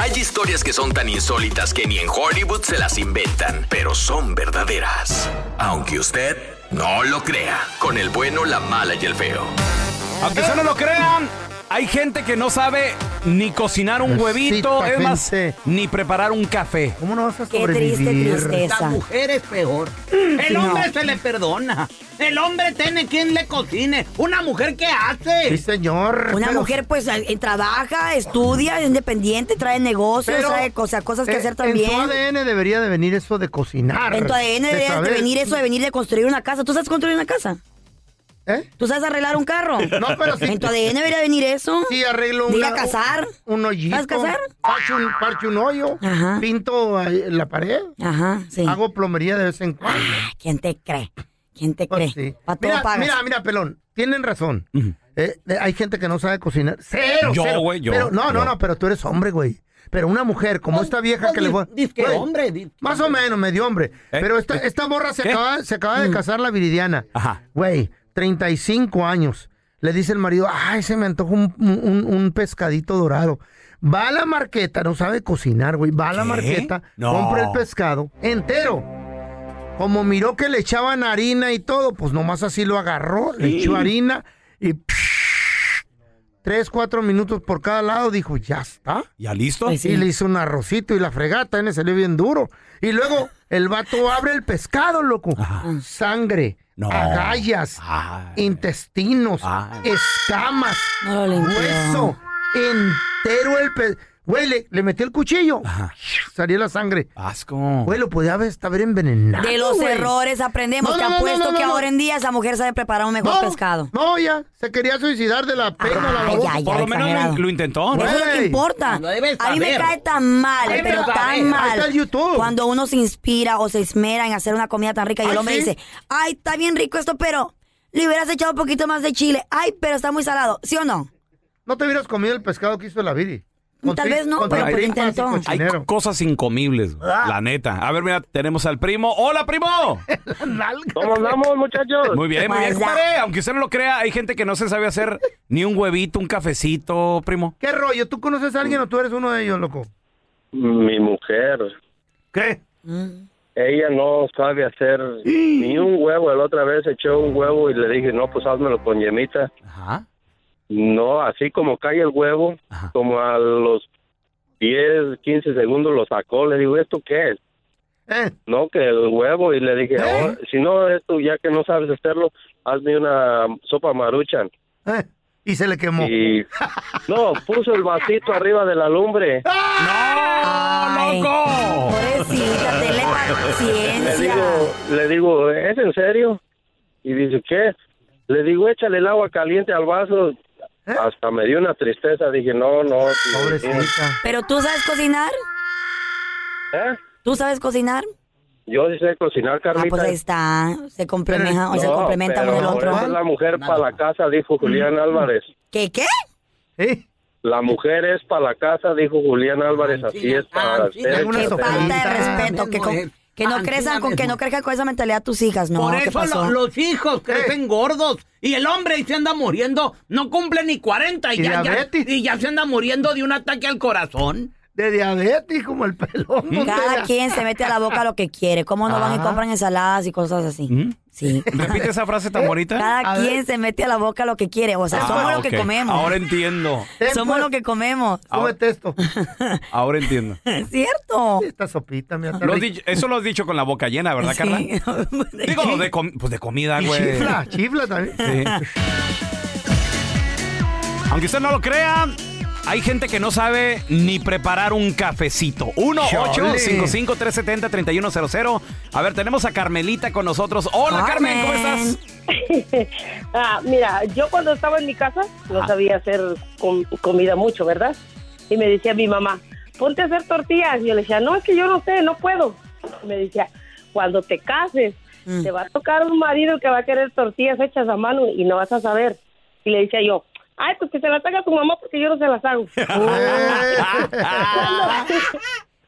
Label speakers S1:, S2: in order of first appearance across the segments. S1: Hay historias que son tan insólitas que ni en Hollywood se las inventan, pero son verdaderas. Aunque usted no lo crea, con el bueno, la mala y el feo.
S2: Aunque usted no lo crean, hay gente que no sabe ni cocinar un
S3: Pues
S2: huevito, es más, ni preparar un café.
S4: ¿Cómo no vas a
S3: Qué triste
S4: sobrevivir?
S3: tristeza.
S4: La mujer es peor. El
S3: No.
S4: hombre se le perdona. El hombre tiene quien le cocine. ¿Una mujer qué hace?
S5: Sí, señor.
S3: Una
S5: pero-
S3: mujer pues eh, trabaja, estudia, es independiente, trae negocios,
S5: pero-
S3: trae cosas, cosas que
S5: eh,
S3: hacer también.
S5: En su ADN debería de venir eso de cocinar.
S3: En tu ADN
S5: de
S3: debería de
S5: saber-
S3: venir eso de venir de construir una casa. ¿Tú sabes construir una casa?
S5: ¿Eh?
S3: ¿Tú sabes arreglar un carro?
S5: No, pero sí.
S3: En tu ADN debería venir eso.
S5: Sí, arreglo
S3: De ir
S5: una-
S3: a cazar.
S5: Un hoyito.
S3: ¿Vas a casar?
S5: Parcho un, parcho un hoyo.
S3: Ajá.
S5: Pinto eh, la pared.
S3: Ajá, sí.
S5: Hago plomería de vez en cuando.
S3: Ah, ¿Quién te cree? ¿Quién te cree?
S5: Pues sí.
S3: Pa' todo
S5: Mira,
S3: pagas.
S5: mira, mira, pelón. Tienen razón. Eh, eh, hay gente que no sabe cocinar. Cero,
S2: Yo,
S5: cero.
S2: güey, yo.
S5: Pero, no,
S2: Yo.
S5: no, no, pero tú eres hombre, güey. Pero una mujer, como esta vieja
S4: pues,
S5: que le
S4: di-
S5: fue.
S4: dizque
S5: Güey,
S4: hombre, di-
S5: Más o menos, medio hombre.
S2: Eh,
S5: Pero esta,
S2: eh,
S5: esta morra se
S2: ¿qué? Mm.
S5: acaba, se acaba de casar la viridiana.
S2: Ajá.
S5: Güey, 35 años. Le dice el marido, ay, se me antoja un, un- un pescadito dorado. Va a la marqueta, no sabe cocinar, güey. Va a la
S2: ¿Qué?
S5: marqueta,
S2: No.
S5: compra el pescado entero. Como miró que le echaban harina y todo, pues nomás así lo agarró, le echó harina y tres, cuatro minutos por cada lado, dijo, ya está.
S2: ¿Ya listo?
S3: Pues sí.
S5: Y le hizo un arrocito y la fregata, le salió bien duro. Y luego el vato abre el pescado, loco.
S2: Ajá.
S5: Sangre,
S2: No.
S5: agallas,
S2: Ay.
S5: intestinos,
S2: Ay.
S5: escamas,
S3: No lo limpió.
S5: hueso, entero el pescado. Güey, le, le metió el cuchillo,
S2: Ajá.
S5: salió la sangre.
S2: Asco.
S5: Güey, lo podía haber- estar envenenado.
S3: De los
S5: güey.
S3: errores aprendemos.
S5: No,
S3: Te
S5: no, no,
S3: apuesto
S5: no, no,
S3: que
S5: no.
S3: ahora en día esa mujer sabe preparar un mejor
S5: No,
S3: pescado.
S5: No, ya, se quería suicidar de la pena, la
S3: Ay,
S5: boca.
S3: ay,
S2: Por
S3: ya,
S2: lo menos
S3: exagerado.
S2: lo, lo intentó, ¿no?
S3: Eso es lo que
S5: Güey,
S3: importa.
S4: no debes
S3: a mí me
S4: saber.
S3: cae tan mal,
S4: Debes
S3: pero
S4: saber. Ahí
S3: tan mal.
S5: está el YouTube.
S3: Cuando uno se inspira o se esmera en hacer una comida tan rica y
S5: Ay,
S3: el hombre
S5: ¿sí?
S3: dice, ay, está bien rico esto, pero le hubieras echado un poquito más de chile. Ay, pero está muy salado. ¿Sí o no?
S5: No te hubieras comido el pescado que hizo la Viri.
S3: Tal
S5: tri-
S3: vez no,
S5: con
S3: pero
S5: tripas
S3: pues
S5: y
S3: intentó.
S2: Hay
S5: cochinero. Ah.
S2: cosas incomibles, güey, la neta. A ver, mira, tenemos al primo. ¡Hola, primo!
S6: ¿Cómo andamos, muchachos?
S2: Muy bien, muy bien,
S3: Guasa.
S2: compadre. Aunque usted no lo crea, hay gente que no se sabe hacer ni un huevito, un cafecito, primo.
S5: ¿Qué rollo? ¿Tú conoces a alguien o tú eres uno de ellos, loco?
S6: Mi mujer,
S5: ¿Qué?
S6: ella no sabe hacer ni un huevo. La otra vez echó un huevo y le dije, no, pues házmelo con yemita.
S2: Ajá.
S6: No, así como cae el huevo,
S2: Ajá.
S6: como a los 10, 15 segundos lo sacó. Le digo, ¿esto qué es?
S5: ¿Eh?
S6: No, que el huevo. Y le dije,
S5: ¿Eh?
S6: "Oh, si no, esto ya que no sabes hacerlo, hazme una sopa maruchan.
S5: ¿Eh? Y se le quemó.
S6: Y no, puso el vasito arriba de la lumbre.
S3: Ay.
S2: ¡Loco!
S3: Pobrecita, tenle
S6: Le
S3: paciencia.
S6: digo, le digo, ¿es en serio? Y dice, ¿qué? Le digo, échale el agua caliente al vaso. Hasta me dio una tristeza. Dije, no, no.
S5: Pobrecita.
S3: Pero tú sabes cocinar?
S6: ¿Eh?
S3: ¿Tú sabes cocinar?
S6: Yo sí sé cocinar,
S3: Ah,
S6: Carlita.
S3: pues ahí está. Se complementa, o se
S6: No,
S3: complementa uno
S6: pero
S3: el
S6: por
S3: otro.
S6: eso es la mujer para la casa, dijo Julián Álvarez.
S3: ¿Qué, qué?
S5: ¿Eh?
S6: La mujer es para la casa, dijo Julián Álvarez. Así
S4: Anchina,
S6: es para
S4: anchina,
S6: hacer
S5: alguna
S3: Qué
S5: sopita.
S3: falta de
S5: Ah,
S4: mismo
S3: respeto. Que, con-
S4: es.
S3: que no
S4: Ah,
S3: crezcan con,
S4: mismo.
S3: que no crezcan con esa mentalidad tus hijas. No,
S4: Por
S3: ¿qué
S4: eso
S3: pasó?
S4: lo- los hijos crecen gordos y el hombre ahí se anda muriendo, no cumple ni 40 y,
S5: Y
S4: ya, ya-
S5: diabetes.
S4: y ya se anda muriendo de un ataque al corazón.
S5: De diabetes, como el
S2: Mm.
S5: pelón. don
S3: Cada
S5: Tela.
S3: quien se mete a la boca lo que quiere. ¿Cómo no van y
S5: Ajá.
S3: compran ensaladas y cosas así?
S2: ¿Mm?
S3: Sí. Eh,
S2: ¿Repite esa frase tan bonita?
S3: Cada
S5: Eh, A ver.
S3: quien se mete a la boca lo que quiere. O sea,
S2: Ah,
S3: somos lo
S2: ok.
S3: que comemos.
S2: Ahora entiendo.
S5: Ten,
S3: somos
S5: pues,
S3: lo que comemos.
S5: Súbete esto.
S2: Ahora entiendo.
S3: Es cierto.
S5: Esta sopita, mira. está
S2: Lo has
S5: rica.
S2: dicho- eso lo has dicho con la boca llena, ¿verdad, Carla?
S3: Sí.
S2: Digo, de, com- pues de comida,
S5: Y
S2: güey.
S5: chifla, chifla también.
S2: Sí. Aunque usted no lo crea, hay gente que no sabe ni preparar un cafecito. 1 855 370 3100 A ver, tenemos a Carmelita con nosotros. Hola, Carmen, ¿cómo
S3: Carmen.
S2: estás?
S7: Ah, mira, yo cuando estaba en mi casa no sabía hacer com- comida mucho, ¿verdad? Y me decía mi mamá, ponte a hacer tortillas. Y yo le decía, no, es que yo no sé, no puedo. Y me decía, cuando te cases,
S3: Mm.
S7: te va a tocar un marido que va a querer tortillas hechas a mano y no vas a saber. Y le decía yo, ay, pues que se las haga tu mamá porque yo no se las hago.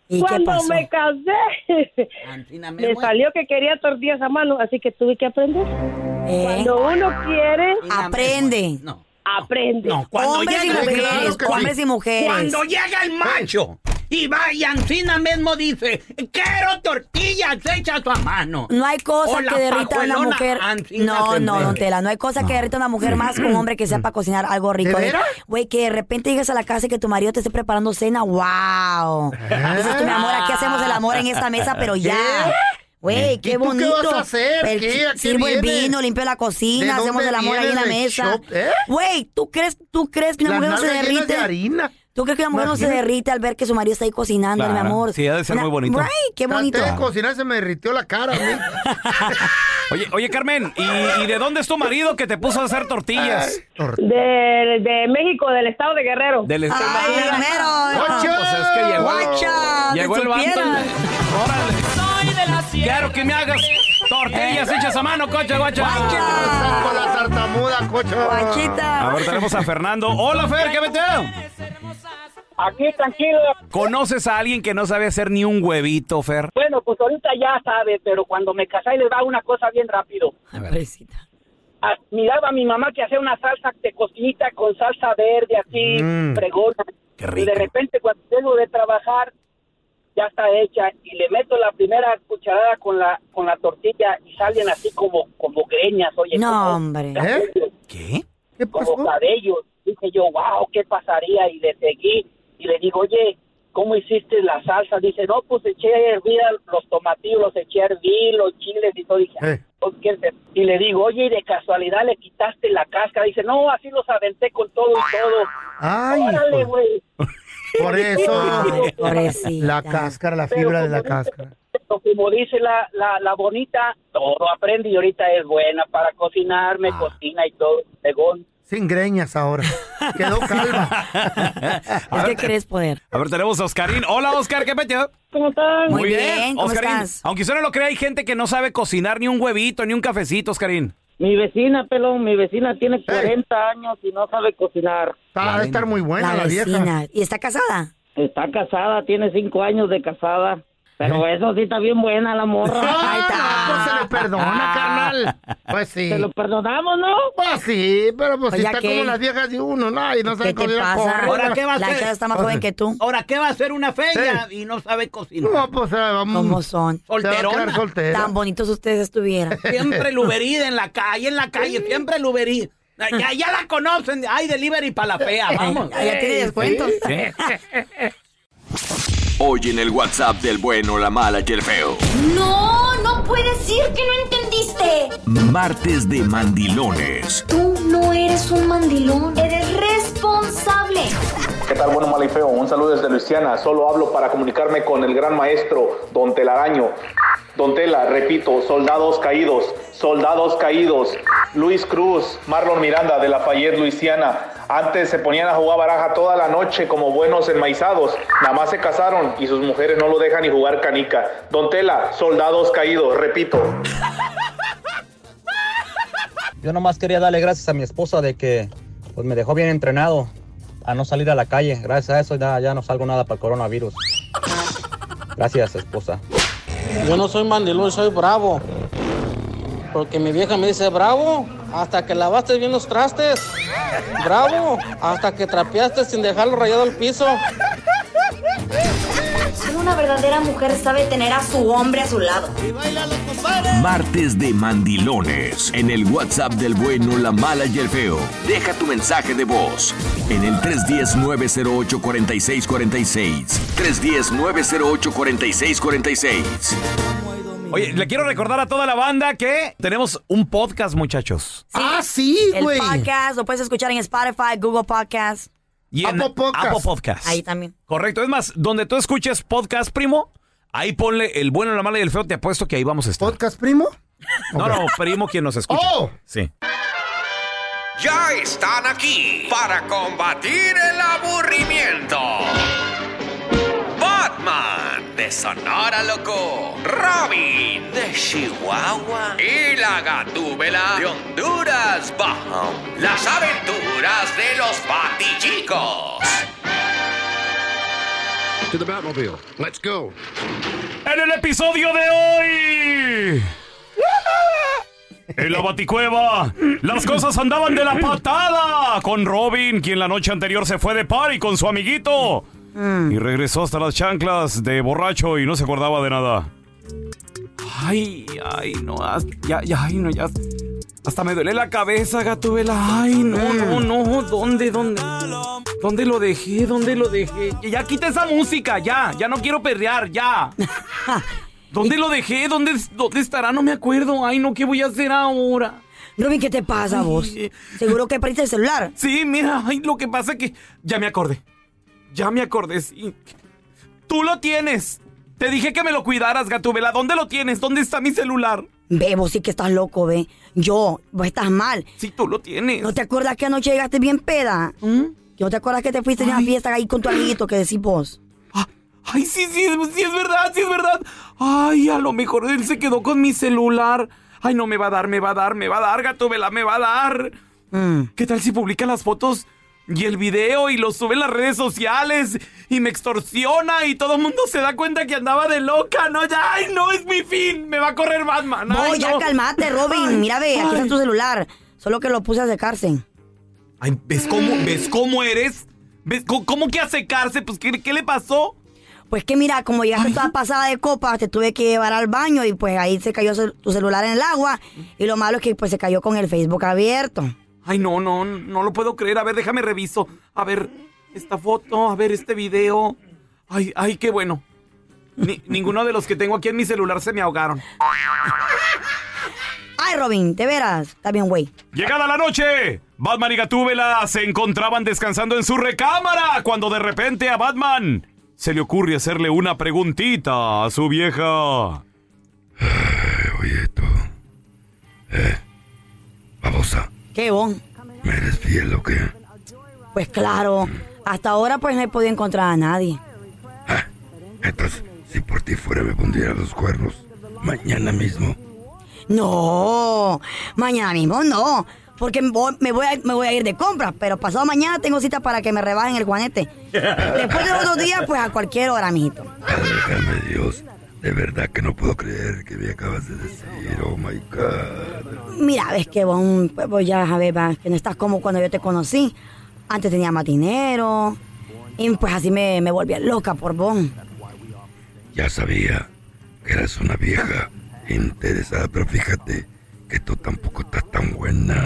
S3: ¿Y qué
S7: cuando
S3: pasó?
S7: me casé,
S4: Antina, me
S7: me
S4: voy.
S7: salió que quería tortillas a mano, así que tuve que aprender.
S3: ¿Eh?
S7: Cuando uno quiere,
S4: Antina, me
S3: Aprende.
S4: voy. No.
S7: aprende.
S4: cuando
S3: hombres y
S4: llega,
S5: claro
S3: mujeres,
S5: que sí.
S3: hombres y mujeres.
S4: cuando llega el macho y vaya, Ancina mismo dice, quiero tortillas hechas a mano.
S3: No hay cosa
S4: O la
S3: que derrita a una
S4: pajuelona
S3: mujer.
S5: Ah,
S4: Ancina
S3: No,
S4: se
S3: no,
S4: muere.
S3: don Tela. No hay cosa que derrita a una mujer más que un hombre que sepa cocinar algo rico.
S5: ¿De
S3: Eh,
S5: veras?
S3: Güey, que de repente llegas a la casa y que tu marido te esté preparando cena.
S5: ¿Eh?
S3: ¡Wow! Dices tú, mi amor, aquí hacemos el amor en esta mesa, pero ya.
S5: ¿Qué?
S3: Güey,
S5: ¿Eh? ¿Y
S3: qué
S5: tú qué
S3: bonito.
S5: vas a hacer?
S3: El-
S5: ¿Qué? ¿A qué
S3: sirvo el
S5: vienes?
S3: vino, limpio la
S5: ¿De
S3: cocina, hacemos
S5: dónde
S3: el amor ahí en la
S5: vienes de
S3: mesa.
S5: shop? ¿Eh?
S3: Güey, ¿tú crees, ¿tú crees que una
S5: Las
S3: mujer no se
S5: nalgas llenas de
S3: derrite?
S5: harina.
S3: ¿Tú crees que la mujer no se
S5: Imagínate.
S3: derrite al ver que su marido está ahí cocinando, mi
S2: Claro.
S3: amor?
S2: Sí, ha de ser muy bonito.
S3: Güey, qué bonito.
S5: Traté de cocinar, se me derritió la cara. güey.
S2: Oye, oye, Carmen, ¿y, y de dónde es tu marido que te puso a hacer tortillas?
S5: Ay, tor-
S7: De, de México, del estado de Guerrero.
S2: Del estado.
S3: ¡Ay, mero!
S5: ¡Ocho!
S2: pues es que llegó.
S3: ¡Guacha!
S2: Llegó
S3: que
S2: el vato.
S3: supiera.
S2: Órale. Quiero que me hagas tortillas hechas a mano, coche, guacha.
S3: Eh. ¡Guacha!
S5: Con la tartamuda, cocho.
S2: A
S3: ¡Guachita!
S2: ver, tenemos a Fernando. Hola, Fer, ¿qué meteo?
S8: Aquí tranquilo.
S2: ¿Conoces a alguien que no sabe hacer ni un huevito, Fer?
S8: Bueno, pues ahorita ya sabe, pero cuando me casé les va una cosa bien rápido.
S3: Pobrecita.
S8: Ah, Miraba a mi mamá que hacía una salsa de costillita con salsa verde, así,
S5: Mm.
S8: fregona.
S2: Qué rico.
S8: Y de repente cuando tengo de trabajar, ya está hecha y le meto la primera cucharada con la con la tortilla y salen así como como greñas, oye.
S3: No,
S8: como
S3: hombre.
S5: ¿Eh?
S8: cabellos,
S2: ¿Qué?
S5: ¿Qué
S8: Como
S5: pasó?
S8: cabellos. Dije yo, wow, ¿qué pasaría? Y le seguí y le digo, oye, ¿cómo hiciste la salsa? Dice, no, pues eché a hervir a los tomatillos, los eché a hervir, los chiles y todo. Dije,
S5: Eh.
S8: "Ah, ¿qué es esto?". y le digo, oye, ¿y de casualidad le quitaste la cáscara? Dice, no, así los aventé con todo y todo.
S5: Ay,
S8: Órale,
S5: hijo,
S8: güey.
S5: por eso.
S3: Ay, pobrecita.
S5: La cáscara, la fibra de la cáscara.
S8: Pero como dice la, la, la bonita, todo aprende y ahorita es buena para cocinar, me cocina y todo, según.
S5: Sin greñas ahora. Quedó calva.
S3: Es que querés poder.
S2: A ver, tenemos a Oscarín. Hola, Oscar, ¿qué meteo?
S7: ¿Cómo están?
S3: Muy bien, ¿cómo
S2: Oscarín.
S3: estás?
S2: Aunque usted no lo crea, hay gente que no sabe cocinar ni un huevito, ni un cafecito, Oscarín.
S7: Mi vecina, pelón, mi vecina tiene
S5: Hey.
S7: 40 años y no sabe cocinar.
S5: Va a Ah, estar muy buena
S3: La
S5: la vieja.
S3: vecina. ¿Y está casada?
S7: Está casada, tiene 5 años de casada. Pero eso sí está bien buena la morra.
S3: Ahí está.
S5: Ah, pues se le
S4: Ah.
S5: perdona, carnal. Pues sí.
S7: Te lo perdonamos, ¿no?
S5: Pues sí, pero pues si
S3: Oye,
S5: está
S3: ¿qué?
S5: como las viejas de uno, ¿no? Y no
S3: ¿Qué te
S5: saben
S3: pasa?
S5: cocinar correcto.
S4: Ahora, ¿qué va a
S3: La
S4: hacer?
S3: chava está más joven que tú.
S4: Ahora, ¿qué va a hacer una feña y no sabe cocinar?
S5: No, pues se va,
S3: ¿Cómo son?
S5: se va a quedar
S4: Solterona.
S5: soltera.
S3: Tan bonitos ustedes estuvieran.
S4: Siempre luberida en la calle, en la calle, siempre luberida. Ya, ya la conocen. Ay, delivery para la fea, vamos.
S3: Ya tiene descuentos.
S1: Hoy en el WhatsApp del bueno, la mala y el feo.
S9: No, no puedes decir que no entendiste.
S1: Martes de mandilones.
S9: Tú no eres un mandilón, eres responsable.
S10: ¿Qué tal? Bueno, mal y feo. Un saludo desde Luisiana. Solo hablo para comunicarme con el gran maestro, Don Telaraño. Don Tela, repito, soldados caídos, soldados caídos. Luis Cruz, Marlon Miranda de Lafayette, Luisiana. Antes se ponían a jugar baraja toda la noche como buenos enmaizados. Nada más se casaron y sus mujeres no lo dejan ni jugar canica. Don Tela, soldados caídos, repito.
S11: Yo nomás quería darle gracias a mi esposa de que pues, me dejó bien entrenado a no salir a la calle. Gracias a eso ya, ya no salgo nada para el coronavirus. Gracias, esposa.
S8: Yo no soy mandilón, soy bravo. Porque mi vieja me dice, bravo, hasta que lavaste bien los trastes. Bravo, hasta que trapeaste sin dejarlo rayado al piso.
S9: Solo una verdadera mujer sabe tener a su hombre a su lado.
S1: Martes de mandilones. En el WhatsApp del bueno, la mala y el feo. Deja tu mensaje de voz. En el 310-908-4646. 310-908-4646.
S2: Oye, le quiero recordar a toda la banda que tenemos un podcast, muchachos.
S5: Ah, sí,
S3: El
S5: güey.
S3: podcast lo puedes escuchar en Spotify, Google Podcast.
S2: Y en
S5: Apple Podcast.
S2: Apple Podcast.
S3: Ahí también.
S2: Correcto. Es más, donde tú escuches podcast, primo, ahí ponle el bueno, la mala y el feo. Te apuesto que ahí vamos a estar.
S5: ¿Podcast primo?
S2: No, no, primo, quien nos escucha.
S5: ¡Oh!
S2: Sí.
S1: Ya están aquí para combatir el aburrimiento. Batman de Sonora Loco, Robin de Chihuahua y la Gatúbela de Honduras Bajo. Las aventuras de los Batichicos.
S2: En el episodio de hoy. Ah, En la baticueva, las cosas andaban de la patada con Robin, quien la noche anterior se fue de party con su amiguito. Y regresó hasta las chanclas de borracho y no se acordaba de nada. Ay, ay, no, as- ya, ya, ay, no, ya. Hasta me duele la cabeza, gatubela. Ay, no, no, no. ¿Dónde, dónde? ¿Dónde lo dejé? ¿Dónde lo dejé? Ya, Ya quita esa música, ya. Ya no quiero perrear, ya. ¿Dónde lo dejé? ¿Dónde, ¿Dónde estará? No me acuerdo. Ay, no, ¿qué voy a hacer ahora? eh.
S3: Robin, ¿qué te pasa vos? ¿Seguro que perdiste el celular?
S2: Sí, mira, ay, lo que pasa es que ya me acordé. Ya me acordé, sí. Tú lo tienes. Te dije que me lo cuidaras, Gatubela. ¿Dónde lo tienes? ¿Dónde está mi celular?
S3: Ve, vos sí que estás loco, ve. Yo, vos estás mal.
S2: Sí, tú lo tienes.
S3: ¿No te acuerdas que anoche llegaste bien peda? ¿No te acuerdas que te fuiste a una fiesta ahí con tu amiguito que decís vos?
S2: Ay, sí, sí, es- sí es verdad, sí es verdad. Ay, a lo mejor él se quedó con mi celular. Ay, no, me va a dar, me va a dar, me va a dar, Gatubela, me va a dar.
S3: Mm.
S2: ¿Qué tal si publica las fotos y el video y lo sube en las redes sociales y me extorsiona y todo el mundo se da cuenta que andaba de loca? No, ya, ay, no, es mi fin. Me va a correr Batman.
S3: No,
S2: Ay,
S3: ya
S2: no.
S3: calmate, Robin.
S2: Ay,
S3: Mira, ve, aquí
S2: ay.
S3: está tu celular. Solo que lo puse a secarse.
S2: Ay, ¿ves cómo, ves cómo eres? ¿Ves co- cómo, que a secarse? Pues, ¿qué, qué le pasó?
S3: Pues que mira, como llegaste toda pasada de copas, te tuve que llevar al baño y pues ahí se cayó cel- tu celular en el agua. Y lo malo es que pues se cayó con el Facebook abierto.
S2: Ay, no, no, no lo puedo creer. A ver, déjame reviso. A ver, esta foto, a ver, este video. Ay, ay, qué bueno. Ni- ninguno de los que tengo aquí en mi celular se me ahogaron.
S3: Ay, Robin, de veras, está bien, güey.
S2: Llegada la noche, Batman y Gatúbela se encontraban descansando en su recámara cuando de repente a Batman se le ocurre hacerle una preguntita a su vieja.
S12: Babosa,
S3: Qué bon.
S12: ¿me eres fiel o qué?
S3: Pues claro, hasta ahora pues no he podido encontrar a nadie.
S12: Entonces, si por ti fuera me pondría los cuernos. Mañana mismo.
S3: No, mañana mismo no. Porque me voy, me voy a, me voy a ir de compras, pero pasado mañana tengo cita para que me rebajen el juanete. Después de los dos días, pues a cualquier hora, mijito.
S12: Válgame Dios. De verdad que no puedo creer que me acabas de decir. Oh my God.
S3: Mira, ves que vos, pues, vos ya sabes, va, que no estás como cuando yo te conocí. Antes tenía más dinero. Y pues así me, me volví loca por vos.
S12: Ya sabía que eras una vieja interesada, pero fíjate que tú tampoco estás tan buena.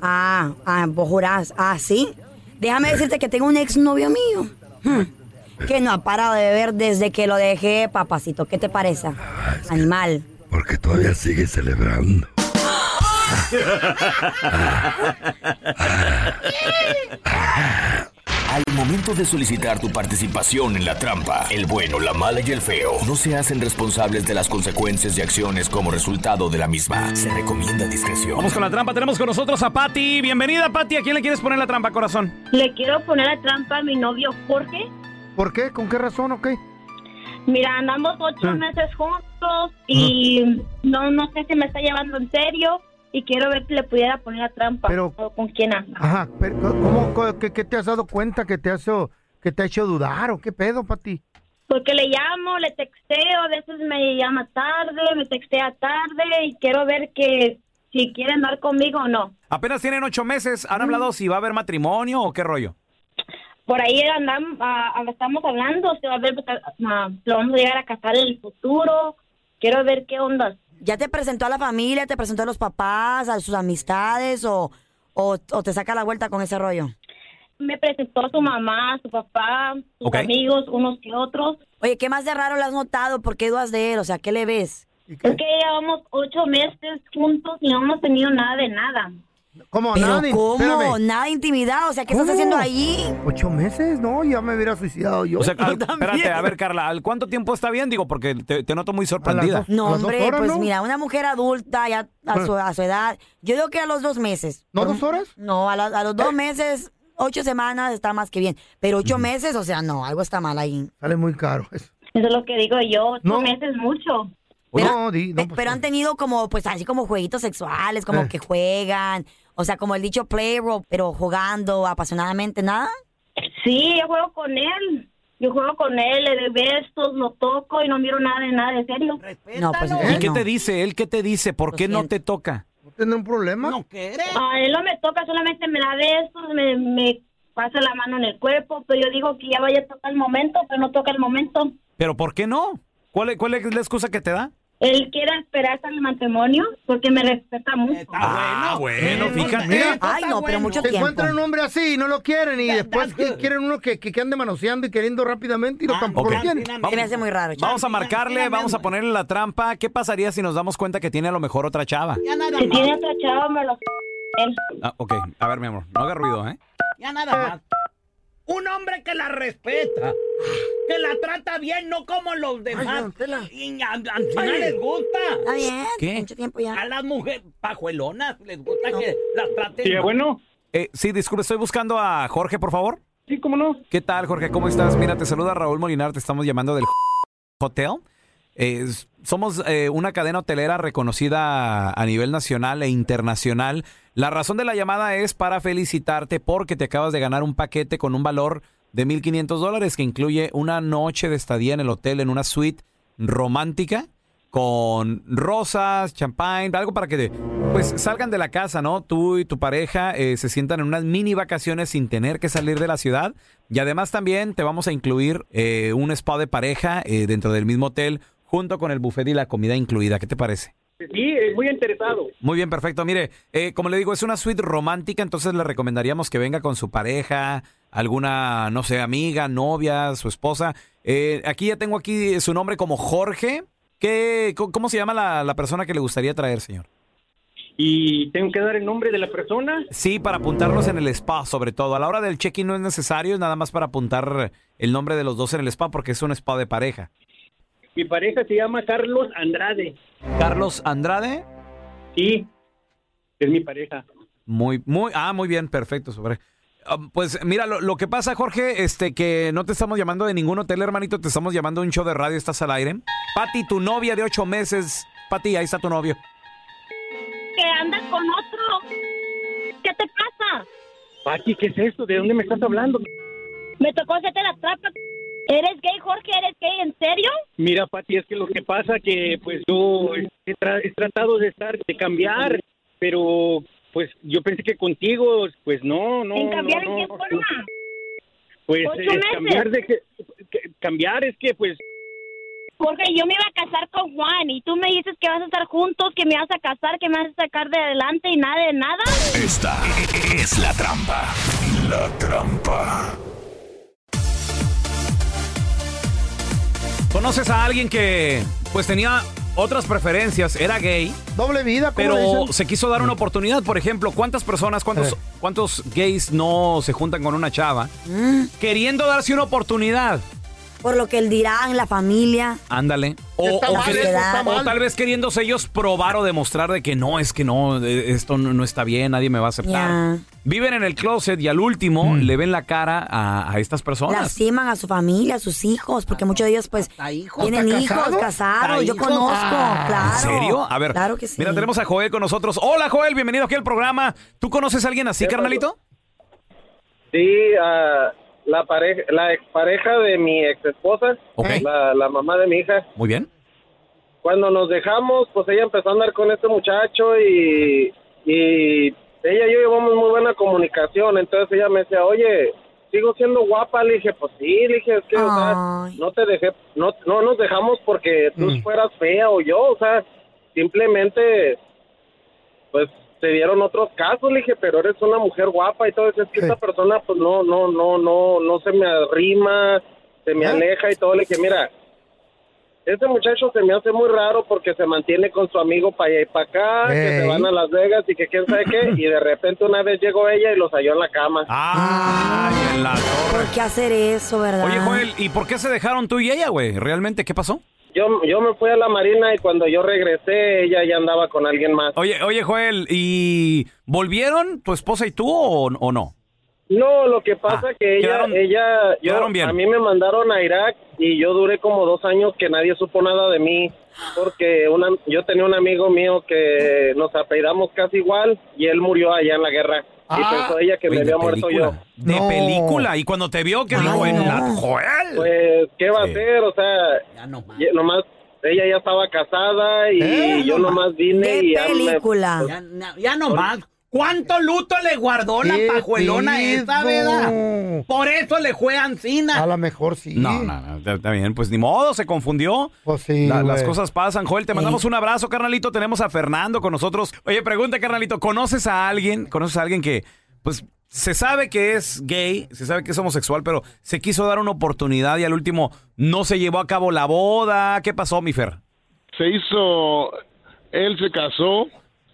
S3: Ah, ah, vos jurás. Ah, sí. Déjame decirte que tengo un exnovio mío. hmm, Que no ha parado de beber desde que lo dejé, papacito. ¿Qué te parece? Animal.
S12: Porque todavía sigues celebrando.
S1: Al momento de solicitar tu participación en la trampa, el bueno, la mala y el feo no se hacen responsables de las consecuencias y acciones como resultado de la misma. Se recomienda discreción.
S2: Vamos con la trampa, tenemos con nosotros a Patty. Bienvenida, Patty. ¿A quién le quieres poner la trampa, corazón?
S13: Le quiero poner a trampa a mi novio Jorge.
S5: ¿Por qué? ¿Con qué razón o qué?
S13: Mira, andamos ocho
S5: Ah.
S13: meses juntos y no, no sé si me está llevando en serio y quiero ver si le pudiera poner la trampa o con quién anda.
S5: Ajá, pero ¿cómo, co- qué, qué te has dado cuenta que te, hace, que te ha hecho dudar o qué pedo, Pati?
S13: Porque le llamo, le texteo, a veces me llama tarde, me textea tarde y quiero ver que si quiere andar conmigo o no.
S2: Apenas tienen ocho meses. ¿Han hablado si va a haber matrimonio o qué rollo?
S13: Por ahí andamos, ah, ah, estamos hablando, se va a ver, pues, ah, ah, lo vamos a llegar a casar en el pues, futuro. Quiero ver qué onda.
S3: ¿Ya te presentó a la familia, te presentó a los papás, a sus amistades o, o, o te saca la vuelta con ese rollo?
S13: Me presentó a su mamá, a su papá, sus
S3: Ok.
S13: amigos, unos que otros.
S3: Oye, ¿qué más de raro le has notado? ¿Por qué dudas de él? O sea, ¿qué le ves?
S13: Es que llevamos ocho meses juntos y no hemos tenido nada de nada.
S5: ¿Cómo?
S3: ¿Pero
S5: nada, de-
S3: cómo?
S5: espérame.
S3: Nada de intimidad. O sea, ¿qué estás
S5: ¿Cómo?
S3: haciendo ahí?
S5: ¿Ocho meses? No, ya me hubiera suicidado yo.
S2: O sea, al- espérate, a ver, Carla, ¿al cuánto tiempo está bien? Digo, porque te, te noto muy sorprendida.
S3: No, hombre, pues mira, una mujer adulta ya a su, a su edad, yo digo que a los dos meses.
S5: Ah. ¿No
S3: Por-
S5: dos horas? Eh.
S3: No, a, la- a los dos meses, ocho semanas está más que bien. Pero ocho meses, o sea, no, algo está mal ahí.
S5: Sale muy caro eso.
S13: Eso es lo que digo yo, ocho
S3: No.
S13: meses es mucho.
S5: no, di, no, pues,
S3: Pe- pero han tenido como, pues así como jueguitos sexuales, como
S5: Eh.
S3: que juegan, o sea, como el dicho playroom, pero jugando apasionadamente, ¿nada?
S13: Sí, yo juego con él. Yo juego con él, le doy besos, lo toco y no miro nada de nada de serio.
S3: No, pues
S2: ¿Y qué te dice? ¿Él qué te dice? ¿Por qué no te toca?
S5: ¿Tiene un problema?
S13: Ah, él no me toca, solamente me da besos, me, me pasa la mano en el cuerpo, pero yo digo que ya vaya a tocar el momento, pero no toca el momento.
S2: ¿Pero por qué no? ¿Cuál, es- cuál es la excusa que te da?
S13: Él quiere esperar hasta el matrimonio porque me respeta mucho.
S2: ah, bueno, fíjate.
S5: Ay, no, pero mucho Se
S13: tiempo.
S5: encuentran un hombre así y no lo quieren y después que quieren uno que, que ande manoseando y queriendo rápidamente
S4: Ah,
S5: y lo tampoco
S2: ok.
S5: lo quieren.
S2: Se me hace muy
S3: raro.
S2: Vamos a marcarle, vamos a ponerle la trampa. ¿Qué pasaría si nos damos cuenta que tiene a lo mejor otra chava?
S13: Si tiene otra chava, me lo...
S2: Ah, ok, a ver, mi amor, no haga ruido, ¿eh?
S4: Ya nada más. Un hombre que la respeta, que la trata bien, no como los demás. y a- al final
S3: Ay.
S4: les gusta.
S3: Está bien.
S2: ¿Qué?
S3: Mucho tiempo ya.
S4: A las mujeres pajuelonas les gusta que las traten.
S2: Eh, sí, disculpe, estoy buscando a Jorge, por favor.
S14: Sí, cómo no.
S2: ¿Qué tal, Jorge? ¿Cómo estás? Mira, te saluda Raúl Molinar, te estamos llamando del Hotel. Eh, s- somos eh, una cadena hotelera reconocida a nivel nacional e internacional. La razón de la llamada es para felicitarte porque te acabas de ganar un paquete con un valor de 1.500 dólares que incluye una noche de estadía en el hotel en una suite romántica con rosas, champagne, algo para que pues salgan de la casa, ¿no? Tú y tu pareja eh, se sientan en unas mini vacaciones sin tener que salir de la ciudad. Y además también te vamos a incluir eh, un spa de pareja eh, dentro del mismo hotel junto con el buffet y la comida incluida. ¿Qué te parece?
S14: Sí, eh, muy interesado.
S2: Muy bien, perfecto. Mire, eh, como le digo, es una suite romántica, entonces le recomendaríamos que venga con su pareja, alguna, no sé, amiga, novia, su esposa. Eh, aquí ya tengo aquí su nombre como Jorge. ¿Qué, co- ¿Cómo se llama la, la persona que le gustaría traer, señor?
S14: ¿Y tengo que dar el nombre de la persona?
S2: Sí, para apuntarlos en el spa, sobre todo. A la hora del check-in no es necesario, es nada más para apuntar el nombre de los dos en el spa, porque es un spa de pareja.
S14: Mi pareja se llama Carlos Andrade.
S2: Carlos Andrade.
S14: Sí, es mi pareja.
S2: Muy, muy, ah, muy bien, perfecto, sobre. Ah, Pues mira, lo, lo que pasa, Jorge, este, que no te estamos llamando de ningún hotel, hermanito, te estamos llamando de un show de radio, estás al aire. Pati, tu novia de ocho meses. Pati, ahí está tu novio.
S13: Que anda con otro. ¿Qué te pasa?
S14: Pati, ¿qué es esto? ¿De dónde me estás hablando?
S13: Me tocó hacerte la trampa. ¿Eres gay, Jorge? ¿Eres gay? ¿En serio?
S14: Mira, Pati, es que lo que pasa que pues yo he, tra- he tratado de estar, de cambiar, pero pues yo pensé que contigo, pues no, no.
S6: Eh,
S13: ¿En cambiar
S14: no,
S13: en qué
S14: no.
S13: forma?
S14: Pues
S13: ¿Ocho
S14: eh,
S13: meses?
S14: cambiar de que, que- cambiar es que pues
S13: Jorge, yo me iba a casar con Juan y tú me dices que vas a estar juntos, que me vas a casar, que me vas a sacar de adelante y nada de nada.
S1: Esta es la trampa. La trampa.
S2: ¿Conoces a alguien que pues tenía otras preferencias, era gay?
S5: Doble vida,
S2: Pero
S5: dicen? Eh.
S2: se quiso dar una oportunidad, por ejemplo, ¿cuántas personas, cuántos, cuántos gays no se juntan con una chava?
S5: Mm.
S2: Queriendo darse una oportunidad.
S3: Por lo que él dirá en la familia.
S2: Ándale. O,
S3: Está
S2: o
S3: mal,
S2: querer-
S3: está
S2: o
S3: mal.
S2: tal vez queriéndose ellos probar o demostrar de que no, es que no, eh, esto no, no está bien, nadie me va a aceptar. Viven en el closet y al último le ven la cara a, a estas personas.
S3: Lastiman a su familia, a sus hijos, porque muchos de ellos, pues, tienen
S5: ¿Hasta
S3: hijos,
S5: casados?
S3: casados.
S5: ¿Hasta
S3: Yo
S5: hijos?
S3: conozco,
S5: Ah.
S3: claro.
S2: ¿En serio? A ver,
S3: Claro que sí.
S2: mira, tenemos a Joel con nosotros. Hola, Joel, bienvenido aquí al programa. ¿Tú conoces a alguien así, carnalito?
S6: Sí, ah, la pareja, la expareja de mi ex esposa, la, la mamá de mi hija.
S2: Muy bien.
S6: Cuando nos dejamos, pues ella empezó a andar con este muchacho y, y ella y yo llevamos muy buena comunicación. Entonces ella me decía, oye, sigo siendo guapa. Le dije, pues sí, le dije, es que, o sea, no te dejé, no, no nos dejamos porque tú
S2: Mm.
S6: fueras fea o yo, o sea, simplemente, pues se dieron otros casos, le dije, pero eres una mujer guapa y todo eso, es que esta persona pues no, no, no, no, no se me arrima, se
S2: Ah.
S6: me aleja y todo, le dije, mira, este muchacho se me hace muy raro porque se mantiene con su amigo para allá y para acá, que se
S2: Ey.
S6: van a Las Vegas y que quién sabe qué, y de repente una vez llegó ella y los halló en la cama.
S2: Ay, en la torre.
S3: ¿Por qué hacer eso, verdad?
S2: Ah, Oye, Joel, ¿y por qué se dejaron tú y ella, güey? ¿Realmente qué pasó?
S6: Yo, yo me fui a la marina y cuando yo regresé, ella ya andaba con alguien más.
S2: Oye, oye, Joel, ¿y volvieron tu esposa y tú o, o no?
S6: No, lo que pasa que ella,
S2: Ah, quedaron-
S6: ella, yo,
S2: quedaron bien.
S6: a mí me mandaron a Irak y yo duré como dos años que nadie supo nada de mí porque una, yo tenía un amigo mío que nos apellidamos casi igual y él murió allá en la guerra
S2: Ah.
S6: y
S5: Ah.
S6: pensó ella que
S2: Güey,
S6: me
S2: de
S6: había muerto yo.
S2: película. De película. Y cuando te vio, que dijo, en la- Joel.
S6: Pues, ¿qué va a hacer? O sea, ya nomás, ella
S2: Eh,
S6: ya estaba casada y yo nomás vine y ya me- pues,
S3: película.
S4: Ya, no más. ¿Cuánto luto le guardó la
S5: Qué
S4: pajuelona esa,
S5: pedo.
S4: verdad? Por e- eso le fue a Ancina.
S5: A lo mejor sí.
S2: No, no, no, está- está bien, pues ni modo, se confundió. La- las
S5: Pues güey.
S2: cosas pasan, Joel, te mandamos un abrazo, carnalito, tenemos a Fernando con nosotros. Oye, pregunta, carnalito, ¿conoces a alguien, conoces a alguien que, pues, se sabe que es gay, se sabe que es homosexual, pero se quiso dar una oportunidad y al último no se llevó a cabo la boda? ¿Qué pasó, mi Fer?
S15: se hizo, él se casó,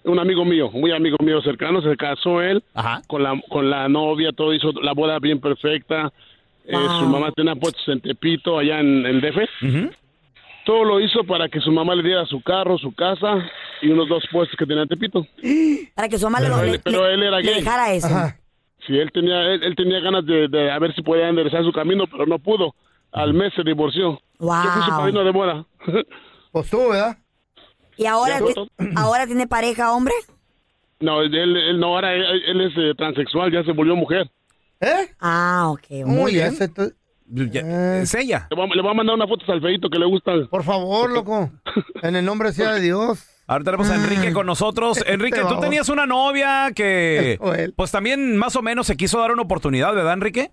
S15: un amigo mío, muy amigo mío cercano, se casó él con la con la novia, todo hizo la boda bien perfecta. Eh, su mamá tenía puestos en Tepito, allá en, en DF. Todo lo hizo para que su mamá le diera su carro, su casa y unos dos puestos que tenía en Tepito.
S3: Para que su mamá le,
S15: Pero
S3: le-
S15: él- pero él era
S3: le
S15: gay.
S3: dejara eso.
S15: Sí, él tenía, él, él tenía ganas de, de a ver si podía enderezar su camino, pero no pudo. Al mes se divorció. Yo fui su
S3: Wow.
S15: padrino de boda.
S5: Pues tú, ¿verdad?
S3: ¿Y ahora, ti- ahora tiene pareja, hombre?
S15: No, él, él no, ahora él, él es eh, transexual, ya se volvió mujer.
S5: ¿Eh?
S3: Ah, ok.
S5: Muy bien.
S2: es ella.
S15: Le voy, a- le voy a mandar una foto al feito que le gusta.
S5: Eh. Por favor, loco. En el nombre sea de Dios.
S2: Ahora tenemos a Enrique con nosotros. Enrique, tú
S5: baboso.
S2: tenías una novia que, pues también más o menos se quiso dar una oportunidad, ¿verdad, Enrique?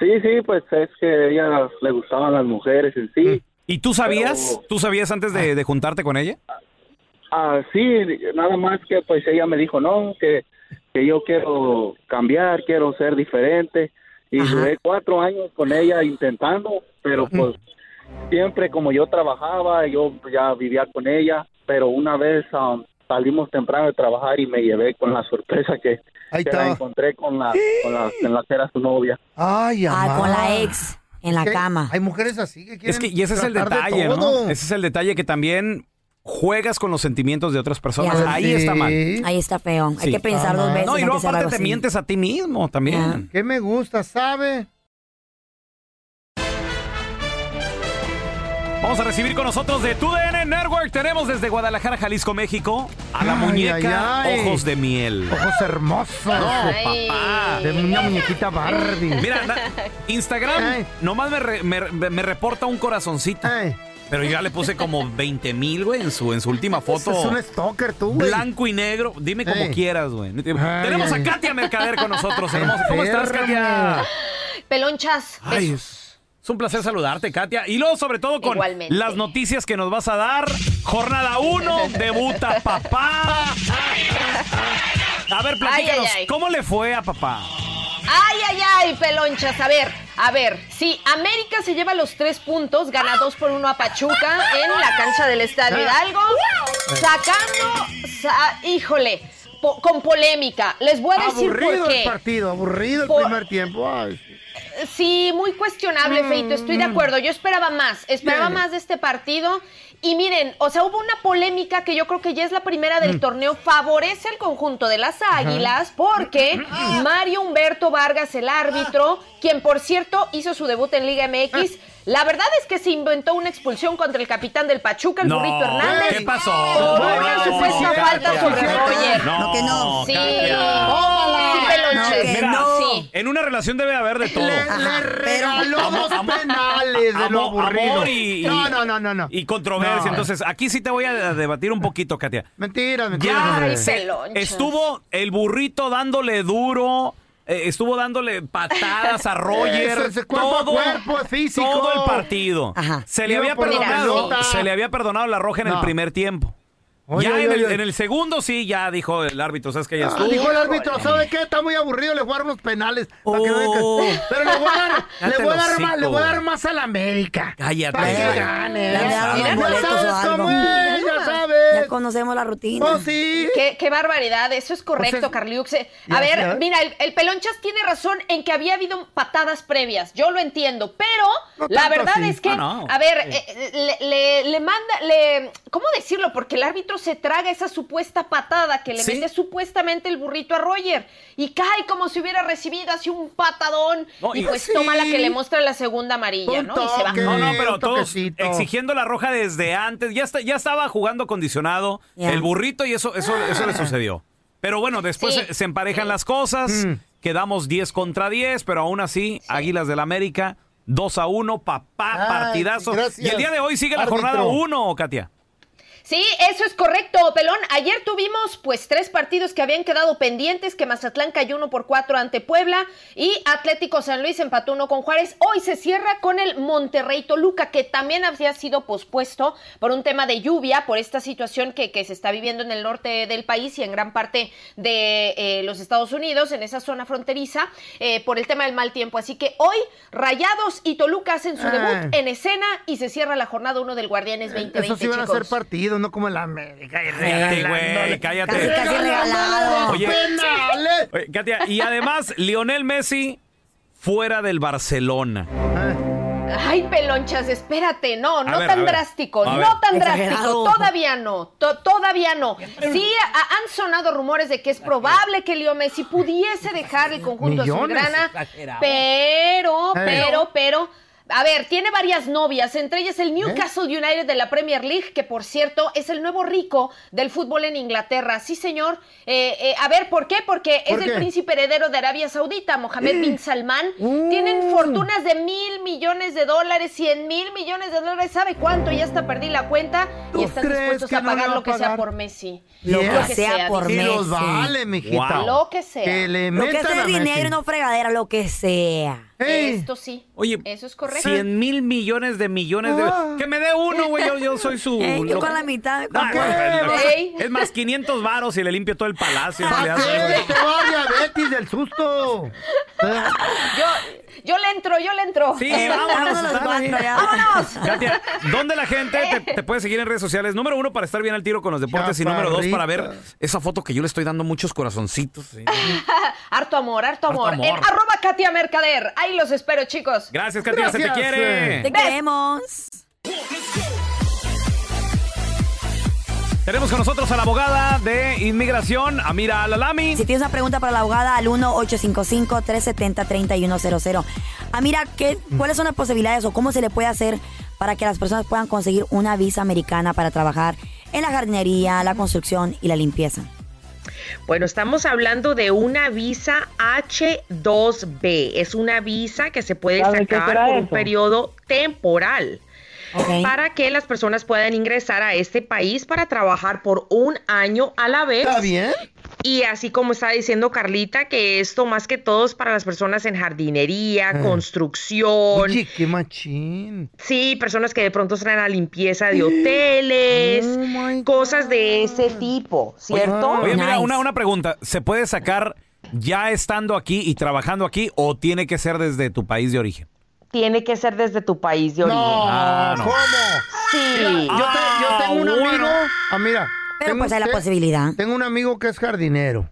S16: Sí, sí, pues es que a ella le gustaban las mujeres en
S14: Mm.
S16: sí.
S2: ¿Y tú sabías?
S16: Pero-
S2: ¿Tú sabías antes de, de juntarte con ella?
S16: Ah, sí, nada más que pues ella me dijo, no, que, que yo quiero cambiar, quiero ser diferente. Y duré cuatro años con ella intentando, pero pues siempre como yo trabajaba, yo ya vivía con ella, pero una vez um, salimos temprano de trabajar y me llevé con la sorpresa que, que la encontré con la, con la, en la que era su novia.
S5: Ay,
S3: ah, con la ex en la cama.
S5: Hay mujeres así que
S2: Es que, y ese es el detalle, ¿no? Ese es el detalle que también juegas con los sentimientos de otras personas.
S3: Ya.
S2: Ahí está mal.
S3: Ahí está feo. Hay
S2: Sí.
S3: que pensar dos veces.
S2: No, y luego
S3: antes de hacer
S2: aparte
S3: algo
S2: te
S3: así.
S2: mientes a ti mismo también.
S5: ¿Qué me gusta, sabe?
S2: Vamos a recibir con nosotros de TUDN Network. Tenemos desde Guadalajara, Jalisco, México, a la
S5: Ay,
S2: muñeca
S5: ay, ay.
S2: Ojos de Miel.
S5: Ojos hermosos.
S2: Ay. papá.
S5: De una muñequita Barbie.
S2: Mira, na- Instagram nomás me, re- me, re- me reporta un corazoncito. Pero yo ya le puse como 20 mil, güey, en su, en su última
S5: Ese
S2: foto.
S5: es un stalker tú, güey.
S2: Blanco y negro. Dime como
S5: Ey.
S2: quieras, güey.
S5: Ay,
S2: Tenemos a
S5: ay.
S2: Katia Mercader con nosotros. hermosa. ¿Cómo estás, Katia?
S17: Pelonchas.
S2: Ay, es es un placer saludarte, Katia. Y luego, sobre todo, con
S17: Igualmente.
S2: las noticias que nos vas a dar. Jornada 1, debuta papá.
S3: Ah.
S2: A ver, platícanos,
S17: Ay, ay, ay.
S2: ¿cómo le fue a papá?
S17: Ay, ay, ay, pelonchas. A ver, a ver. Si América se lleva los tres puntos, gana dos por uno a Pachuca en la cancha del Estadio Hidalgo. Sacando, sa- híjole, po- con polémica. Les voy a decir
S5: Aburrido
S17: por qué.
S5: el partido, aburrido el
S17: Por-
S5: primer tiempo. Ay, sí.
S17: Sí, muy cuestionable, Feito, estoy
S2: Mm.
S17: de acuerdo. Yo esperaba más, esperaba
S5: Bien.
S17: más de este partido. Y miren, o sea, hubo una polémica que yo creo que ya es la primera
S2: Mm.
S17: del torneo. Favorece al conjunto de las Águilas
S2: Mm,
S17: porque Mario Humberto Vargas, el árbitro, quien por cierto hizo su debut en Liga MX,
S2: Ah.
S17: la verdad es que se inventó una expulsión contra el capitán del Pachuca, el
S2: No,
S17: burrito Hernández.
S2: ¿qué pasó?
S17: Por una
S2: No,
S17: supuesta
S2: Katia.
S17: falta sobre
S2: No,
S17: Roger.
S2: No, que no.
S17: Sí, Oh,
S2: Katia.
S17: sí, pelonches.
S2: Mira,
S17: Sí.
S2: en una relación debe haber de todo.
S5: Regaló
S2: Amo-
S5: dos
S2: amo-
S5: penales de lo
S2: amo-
S5: aburrido.
S2: amor y-
S5: No, no, no, no, no.
S2: Y controversia.
S5: No.
S2: Entonces, aquí sí te voy a debatir un poquito, Katia.
S5: Mentiras,
S2: Ya
S5: mentiras.
S2: se- estuvo el burrito dándole duro, eh, estuvo dándole patadas a Roger.
S5: Eso, ese cuerpo a
S2: todo,
S5: cuerpo, es físico.
S2: todo el partido. Se le
S5: Iba
S2: había
S5: por la
S2: perdonado.
S5: pelota.
S2: Se le había perdonado la roja en el
S5: No.
S2: primer tiempo.
S5: Oye,
S2: ya
S5: oye,
S2: en, el,
S5: oye.
S2: en el segundo sí, ya dijo el árbitro, sabes que ya
S5: Ah,
S2: estuvo.
S5: dijo el árbitro, ¿sabe qué? Está muy aburrido, le jugaron los penales. para que no
S2: Oh.
S5: digan que- Pero le voy a dar,
S2: Cállate
S5: le voy a
S2: el
S5: dar más, le voy a dar
S2: hocico.
S5: más a la América.
S2: Cállate.
S5: Para que gane.
S3: Le han dado
S5: Ya
S3: los boletos o
S5: sabes
S3: algo.
S5: cómo es, ya sabes.
S3: Ya conocemos la rutina.
S17: Qué, qué barbaridad, eso es correcto, Carliux. Eh, A
S3: ya
S17: ver,
S3: sé.
S17: mira, el, el Pelonchas tiene razón en que había habido patadas previas, yo lo entiendo, pero
S18: No
S17: la
S18: tanto
S17: verdad
S18: así.
S17: es que,
S18: Ah, no.
S17: a ver,
S18: Sí.
S17: eh, eh, le, le- le manda, le, ¿cómo decirlo? Porque el árbitro se traga esa supuesta patada que le
S18: Sí.
S17: mete supuestamente el burrito a Roger y cae como si hubiera recibido así un patadón
S2: No,
S17: y,
S2: y-
S17: pues
S2: Sí.
S17: toma la que le muestra la segunda amarilla, ¿no? Y se va.
S2: No, no, pero
S5: un
S2: todos
S5: toquecito.
S2: exigiendo la roja desde antes. Ya, está, ya estaba jugando condicionado
S17: Ya.
S2: el burrito y eso, eso, eso le sucedió. Pero bueno, después se, se emparejan las cosas.
S17: Mm.
S2: Quedamos 10 contra 10, pero aún así, Águilas del América, 2 a 1, papá,
S17: Ay,
S2: partidazo.
S17: gracias,
S2: Y el día de hoy sigue la
S17: árbitro.
S2: jornada 1, Katia.
S17: Sí, eso es correcto, Pelón. Ayer tuvimos pues tres partidos que habían quedado pendientes, que Mazatlán cayó uno por cuatro ante Puebla y Atlético San Luis empató uno con Juárez. Hoy se cierra con el Monterrey Toluca, que también había sido pospuesto por un tema de lluvia, por esta situación que, que se está viviendo en el norte del país y en gran parte de eh, los Estados Unidos, en esa zona fronteriza, eh, por el tema del mal tiempo. Así que hoy Rayados y Toluca hacen su
S5: Ah. Eh,
S17: debut en escena y se cierra la jornada uno del Guardianes 2020.
S5: Eso sí van a
S17: chicos.
S5: ser partidos, no como el América.
S2: Cállate, güey, cállate. Oye,
S17: ¿eh?
S2: Oye, Katia, y además, Lionel Messi fuera del Barcelona.
S17: Ay, pelonchas, espérate, no, no
S2: ver, a
S17: tan
S2: ver,
S17: drástico,
S2: a
S17: no
S2: ver.
S17: tan
S2: Exagerado.
S17: drástico, todavía no, to- todavía no. Sí, ha- han sonado rumores de que es probable que Leo Messi pudiese dejar el conjunto
S18: Millones,
S17: azulgrana,
S18: exagerado.
S17: pero,
S18: Eh.
S17: pero, pero, a ver, tiene varias novias, entre ellas
S2: Eh.
S17: el Newcastle United de la Premier League, que por cierto es el nuevo rico del fútbol en Inglaterra. Sí, señor. Eh, eh, a ver, ¿por qué? Porque
S18: ¿Por
S17: es
S18: qué?
S17: el príncipe heredero de Arabia Saudita, Mohammed bin Salman.
S5: Mm.
S17: Tienen fortunas de mil millones de dólares, cien mil millones de dólares, ¿sabe cuánto? Ya hasta perdí la cuenta y están
S5: crees
S17: dispuestos
S5: que
S17: a
S5: no le
S17: pagar
S5: va a
S17: lo que sea
S5: pagar?
S17: por Messi.
S5: Lo
S3: que sea por
S17: dice.
S5: Y los vale, mijita.
S3: Wow.
S17: Lo que sea.
S5: Que le
S3: Lo que
S5: metan
S3: sea
S5: a Messi.
S3: dinero, no fregadera, lo que sea.
S17: Esto sí.
S2: Oye,
S17: eso es correcto.
S2: 100 mil millones de millones de...
S17: Ah.
S2: Que me dé uno, güey, yo, yo soy su...
S3: Eh, yo
S2: lo-
S3: con la mitad.
S2: No,
S3: ¿con
S2: no,
S3: qué?
S2: no, no.
S3: Ey.
S2: Es más, 500 varos y le limpio todo el palacio. no le
S5: ¿Para
S2: hace, güey.
S5: qué? Te va a dar diabetes del susto.
S17: Yo, yo le entro, yo le entro.
S2: Sí, vámonos,
S17: Vámonos,
S2: dale.
S17: vámonos.
S2: Katia, ¿dónde la gente te, te puede seguir en redes sociales? Número uno, para estar bien al tiro con los deportes. Y número dos, para ver esa foto que yo le estoy dando muchos corazoncitos.
S17: Harto amor, harto amor.
S2: amor.
S17: En arroba Katia Mercader. Ahí los espero, chicos.
S2: Gracias, Katia, se te Gracias.
S5: eh.
S2: quiere. Te
S17: queremos.
S2: Tenemos con nosotros a la abogada de inmigración, Amira Alalami.
S3: Si tienes una pregunta para la abogada, al 1-855-370-3100. Ah, mira, ¿qué,
S2: Mm.
S3: ¿cuáles son las posibilidades o cómo se le puede hacer para que las personas puedan conseguir una visa americana para trabajar en la jardinería,
S2: Mm.
S3: la construcción y la limpieza?
S19: Bueno, estamos hablando de una visa H2B. Es una visa que se puede
S18: ¿Sabe qué
S19: sacar
S18: será
S19: por un
S18: eso?
S19: periodo temporal. Para que las personas puedan ingresar a este país para trabajar por un año a la vez.
S5: ¿Está bien?
S19: Y así como está diciendo Carlita, que esto más que todo es para las personas en jardinería,
S5: Ah.
S19: construcción,
S5: Oye, qué machín.
S19: Sí, personas que de pronto traen a limpieza de hoteles, cosas de ese tipo, ¿cierto?
S2: Oh Oye, mira, una, una pregunta. ¿Se puede sacar ya estando aquí y trabajando aquí o tiene que ser desde tu país de origen?
S19: Tiene que ser desde tu país de
S2: No,
S19: origen.
S2: Ah, no. ¿cómo?
S19: Sí.
S5: Yo, te- yo tengo un
S19: Ah,
S5: amigo. Ah, mira.
S3: Pero
S5: tengo
S3: pues hay la
S5: usted-
S3: posibilidad.
S5: Tengo un amigo que es jardinero.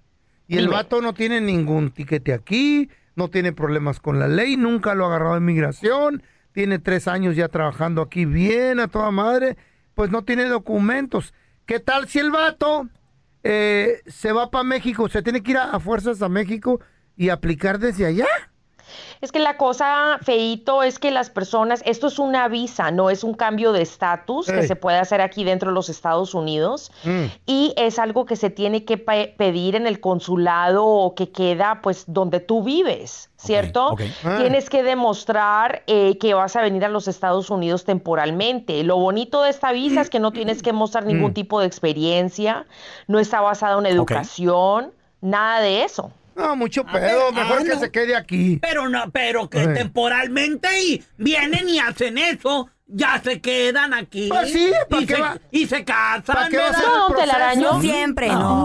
S5: Y el
S3: Dime.
S5: vato no tiene ningún tiquete aquí, no tiene problemas con la ley, nunca lo ha agarrado en migración, tiene tres años ya trabajando aquí bien a toda madre, pues no tiene documentos. ¿Qué tal si el vato eh, se va para México? ¿Se tiene que ir a, a fuerzas a México y aplicar desde allá?
S19: Es que la cosa, Feito, es que las personas, esto es una visa, no es un cambio de estatus que
S5: Ey.
S19: se puede hacer aquí dentro de los Estados Unidos.
S2: Mm.
S19: y es algo que se tiene que pe- pedir en el consulado o que queda pues donde tú vives, ¿cierto?
S18: Ah.
S19: Tienes que demostrar eh, que vas a venir a los Estados Unidos temporalmente. Lo bonito de esta visa es que no tienes que mostrar ningún
S18: Mm.
S19: tipo de experiencia, no está basada en educación, nada de eso.
S5: No, mucho
S19: pedo,
S5: mejor que se quede aquí.
S4: Pero no, pero que
S19: Ay.
S4: temporalmente y vienen y hacen eso, ya se quedan aquí.
S5: Pues sí, ¿para
S4: y,
S5: qué
S4: se,
S5: va-
S4: y se casan.
S5: ¿para qué va a
S4: ¿verdad?
S5: ser el
S19: No, don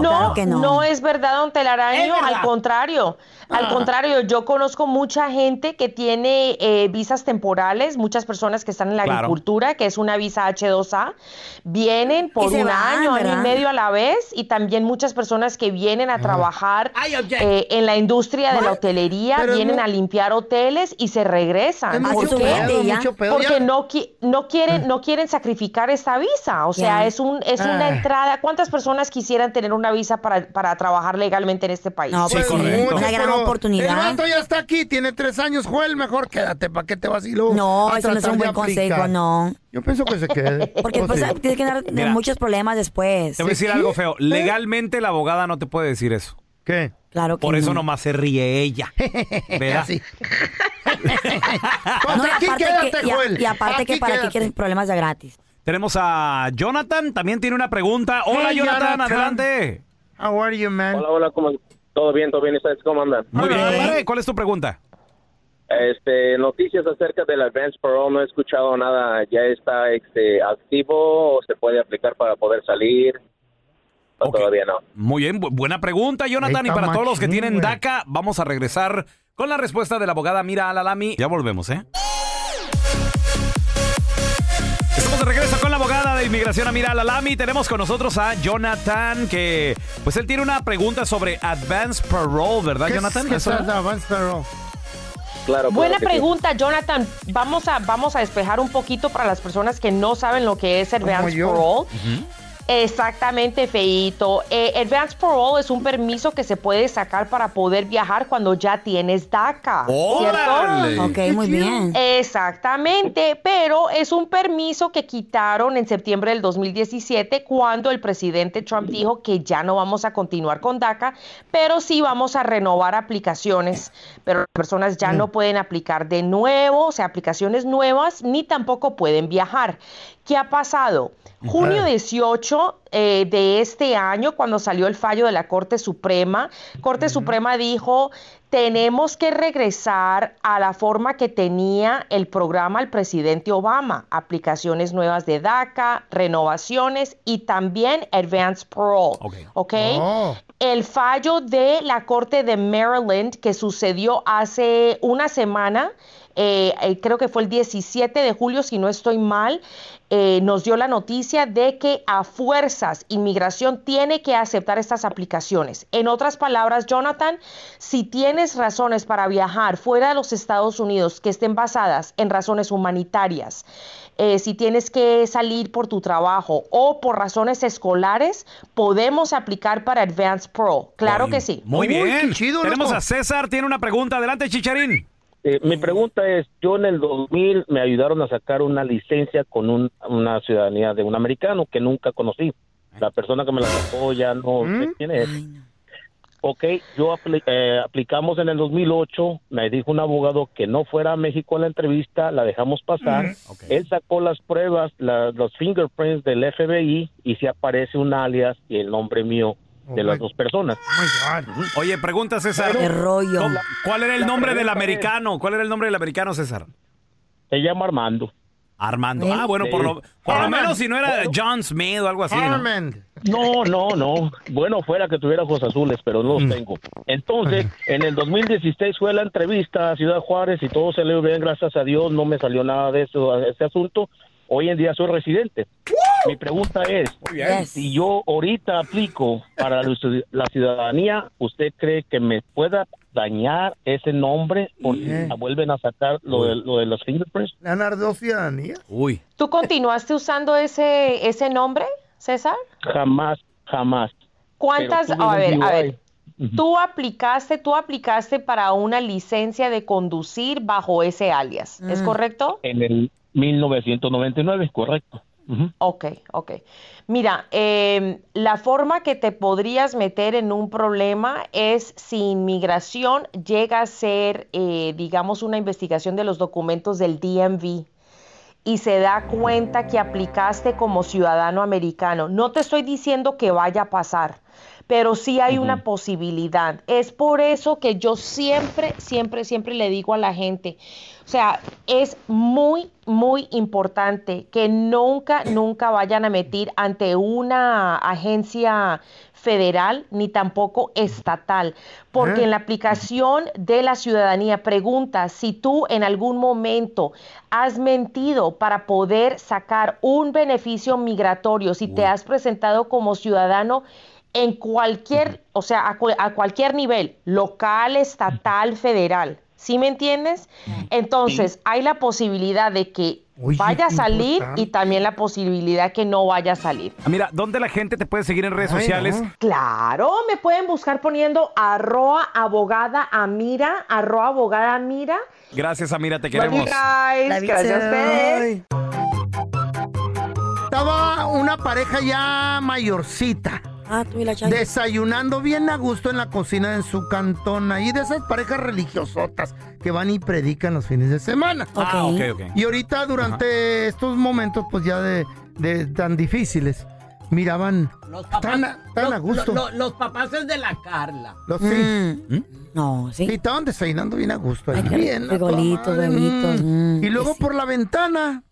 S19: Telaraño. no, no es verdad, don Telaraño.
S4: Es verdad.
S19: Al contrario, al
S4: Ah.
S19: contrario, yo conozco mucha gente que tiene eh, visas temporales, muchas personas que están en la
S18: Claro.
S19: agricultura, que es una visa H2A, vienen por
S18: se
S19: un
S18: van,
S19: año, año y
S18: ¿verdad?
S19: medio a la vez, y también muchas personas que vienen a trabajar eh, en la industria de la hotelería,
S18: Pero
S19: vienen
S18: no-
S19: a limpiar hoteles y se regresan.
S18: Es
S19: ¿Por
S18: mucho
S19: qué?
S18: pedo, ya. mucho pedo,
S19: Porque
S18: ya.
S19: no, qui- no quieren, no quieren sacrificar esta visa. O sea,
S18: Ya.
S19: es un, es una
S18: Ah.
S19: entrada. ¿Cuántas personas quisieran tener una visa para, para trabajar legalmente en este país?
S3: No, pues Sí, sí, correcto. una gran
S5: Pero
S3: oportunidad.
S5: El vato ya está aquí, tiene tres años, Joel, mejor quédate, ¿para qué te vas y luego
S3: No,
S5: a
S3: eso no es
S5: tratar
S3: un
S5: de
S3: buen consejo,
S5: aplicar?
S3: no.
S5: Yo pienso que se quede.
S3: Porque
S5: Oh,
S3: después
S5: sí.
S3: tienes que dar de
S2: Mira.
S3: muchos problemas después.
S2: Te voy a decir algo feo. Legalmente la abogada no te puede decir eso.
S5: ¿Qué?
S3: Claro
S2: Por eso nomás se ríe ella. ¿Verdad?
S3: No, y
S5: aquí
S3: aparte
S5: quédate,
S3: que, y a-
S5: Joel.
S3: Y aparte que
S5: Pues Aquí
S3: para qué
S5: quédate.
S3: quieres problemas de gratis.
S2: Tenemos a Jonathan, también tiene una pregunta. Hola,
S5: Hey,
S2: Jonathan,
S5: Jonathan.
S2: adelante.
S5: How are you, man?
S18: Hola, hola, ¿cómo Todo bien, todo bien, ¿y ustedes cómo andan?
S2: Muy bien, compadre, Eh, ¿cuál es tu pregunta?
S18: Este, noticias acerca del Advance Pro, no he escuchado nada, ¿ya está este, activo o se puede aplicar para poder salir? No, todavía no.
S2: Muy bien, bu- buena pregunta, Jonathan.
S18: Ahí
S2: Y
S18: está
S2: para todos los que
S18: machín,
S2: tienen
S18: güey.
S2: DACA, vamos a regresar con la respuesta de la abogada Mira Alalami. Ya volvemos, ¿eh? Estamos de regreso con la abogada de inmigración Amira Alalami. Tenemos con nosotros a Jonathan, que pues él tiene una pregunta sobre Advance Parole, ¿verdad,
S5: ¿Qué es-
S2: Jonathan?
S5: qué
S2: ¿Eso?
S5: es Advance Parole?
S18: Claro,
S19: Buena pregunta, Jonathan. Vamos a, vamos a despejar un poquito para las personas que no saben lo que es Advance
S20: yo.
S19: Parole. Exactamente, Feito. Eh, Advance Parole es un permiso que se puede sacar para poder viajar cuando ya tienes DACA.
S3: ¡Órale!
S19: ¿Cierto?
S3: Ok, muy bien.
S19: Exactamente, pero es un permiso que quitaron en septiembre del 2017 cuando el presidente Trump dijo que ya no vamos a continuar con DACA, pero sí vamos a renovar aplicaciones, pero las personas ya no pueden aplicar de nuevo, o sea, aplicaciones nuevas, ni tampoco pueden viajar. ¿Qué ha pasado? Junio 18 eh, de este año, cuando salió el fallo de la Corte Suprema, Corte Suprema dijo, tenemos que regresar a la forma que tenía el programa el presidente Obama, aplicaciones nuevas de DACA, renovaciones y también Advanced Parole. ¿ok?
S20: Oh.
S19: El fallo de la Corte de Maryland que sucedió hace una semana, eh, eh, creo que fue el 17 de julio, si no estoy mal, eh, nos dio la noticia de que a fuerzas inmigración tiene que aceptar estas aplicaciones. En otras palabras, Jonathan, si tienes razones para viajar fuera de los Estados Unidos que estén basadas en razones humanitarias, eh, si tienes que salir por tu trabajo o por razones escolares, podemos aplicar para Advanced Pro. Claro que sí.
S2: Muy bien. Tenemos
S19: loco.
S2: a César, tiene una pregunta. Adelante, Chicharín.
S21: Eh, mi pregunta es, yo en el 2000 me ayudaron a sacar una licencia con un- una ciudadanía de un americano que nunca conocí. La persona que me la sacó ya no sé quién es. Ok, yo apli- eh, aplicamos en el 2008, me dijo un abogado que no fuera a México a la entrevista, la dejamos pasar. Él sacó las pruebas, la- los fingerprints del FBI y si aparece un alias y el nombre mío de las dos personas.
S2: Oye, pregunta César.
S21: Qué rollo.
S2: ¿Cómo- ¿Cuál era el
S21: La
S2: nombre del
S21: pregunta es-
S2: americano? ¿Cuál era el nombre del americano, César?
S21: Se llama Armando.
S2: Armando. Ah, bueno, por lo, por lo
S21: Armand.
S2: menos si no era
S21: Bueno.
S2: John Smith o algo así. ¿no?
S21: No, no, no. Bueno, fuera que tuviera ojos azules, pero no los tengo. Entonces, en el 2016 fue la entrevista a Ciudad Juárez y todo salió bien, gracias a Dios, no me salió nada de eso, ese asunto. Hoy en día soy residente. Mi pregunta es,
S20: bien.
S21: si yo ahorita aplico para la ciud- la ciudadanía, ¿usted cree que me pueda dañar ese nombre porque vuelven a sacar lo de, lo de los fingerprints?
S5: ¿Le han dado dos ciudadanías?
S2: Uy.
S19: ¿Tú continuaste usando ese, ese nombre, César?
S21: Jamás, jamás.
S19: ¿Cuántas?
S21: Pero tuve
S19: A
S21: un
S19: ver, a ver.
S21: DUI.
S19: Tú aplicaste, tú aplicaste para una licencia de conducir bajo ese alias, ¿es correcto?
S21: En el 1999, correcto. Ujú.
S19: Ok, ok. Mira, eh, la forma que te podrías meter en un problema es si inmigración llega a ser, eh, digamos, una investigación de los documentos del DMV y se da cuenta que aplicaste como ciudadano americano. No te estoy diciendo que vaya a pasar, pero sí hay una posibilidad. Es por eso que yo siempre, siempre, siempre le digo a la gente, o sea, es muy, muy importante que nunca, nunca vayan a meter ante una agencia federal ni tampoco estatal, porque
S20: ¿Eh?
S19: en la aplicación de la ciudadanía pregunta si tú en algún momento has mentido para poder sacar un beneficio migratorio, si te has presentado como ciudadano en cualquier, o sea, a, cu- a cualquier nivel, local, estatal, federal. ¿Sí me entiendes? Entonces, hay la posibilidad de que
S2: Mm. Oye,
S19: vaya a
S2: qué
S19: salir y
S2: importante.
S19: también la posibilidad que no vaya a salir.
S2: Ah, Mira, ¿dónde la gente te puede seguir en redes
S19: Ay,
S2: sociales?
S19: no. Claro, me pueden buscar poniendo arroa abogada amira, arroa abogada amira.
S2: Gracias, Amira, te
S19: Love you
S2: queremos.
S19: guys.
S5: Love you
S19: Gracias a
S5: too.
S19: ustedes.
S5: Estaba una pareja ya mayorcita.
S2: Ah,
S5: Desayunando bien a gusto en la cocina en su cantón. Ahí de esas parejas religiosotas que van y predican los fines de semana.
S2: Ah, ok, ok.
S5: Y ahorita durante estos momentos, pues ya de de- tan difíciles, miraban
S4: Los papás.
S5: tan, a- tan a gusto.
S4: lo- lo- los papás es de la Carla.
S5: Los sí. No, sí. Y estaban desayunando bien a gusto. ahí,
S4: qué
S5: bien, a toda
S4: frijolitos,
S5: madre,
S4: huevitos,
S5: mm. Y luego por la ventana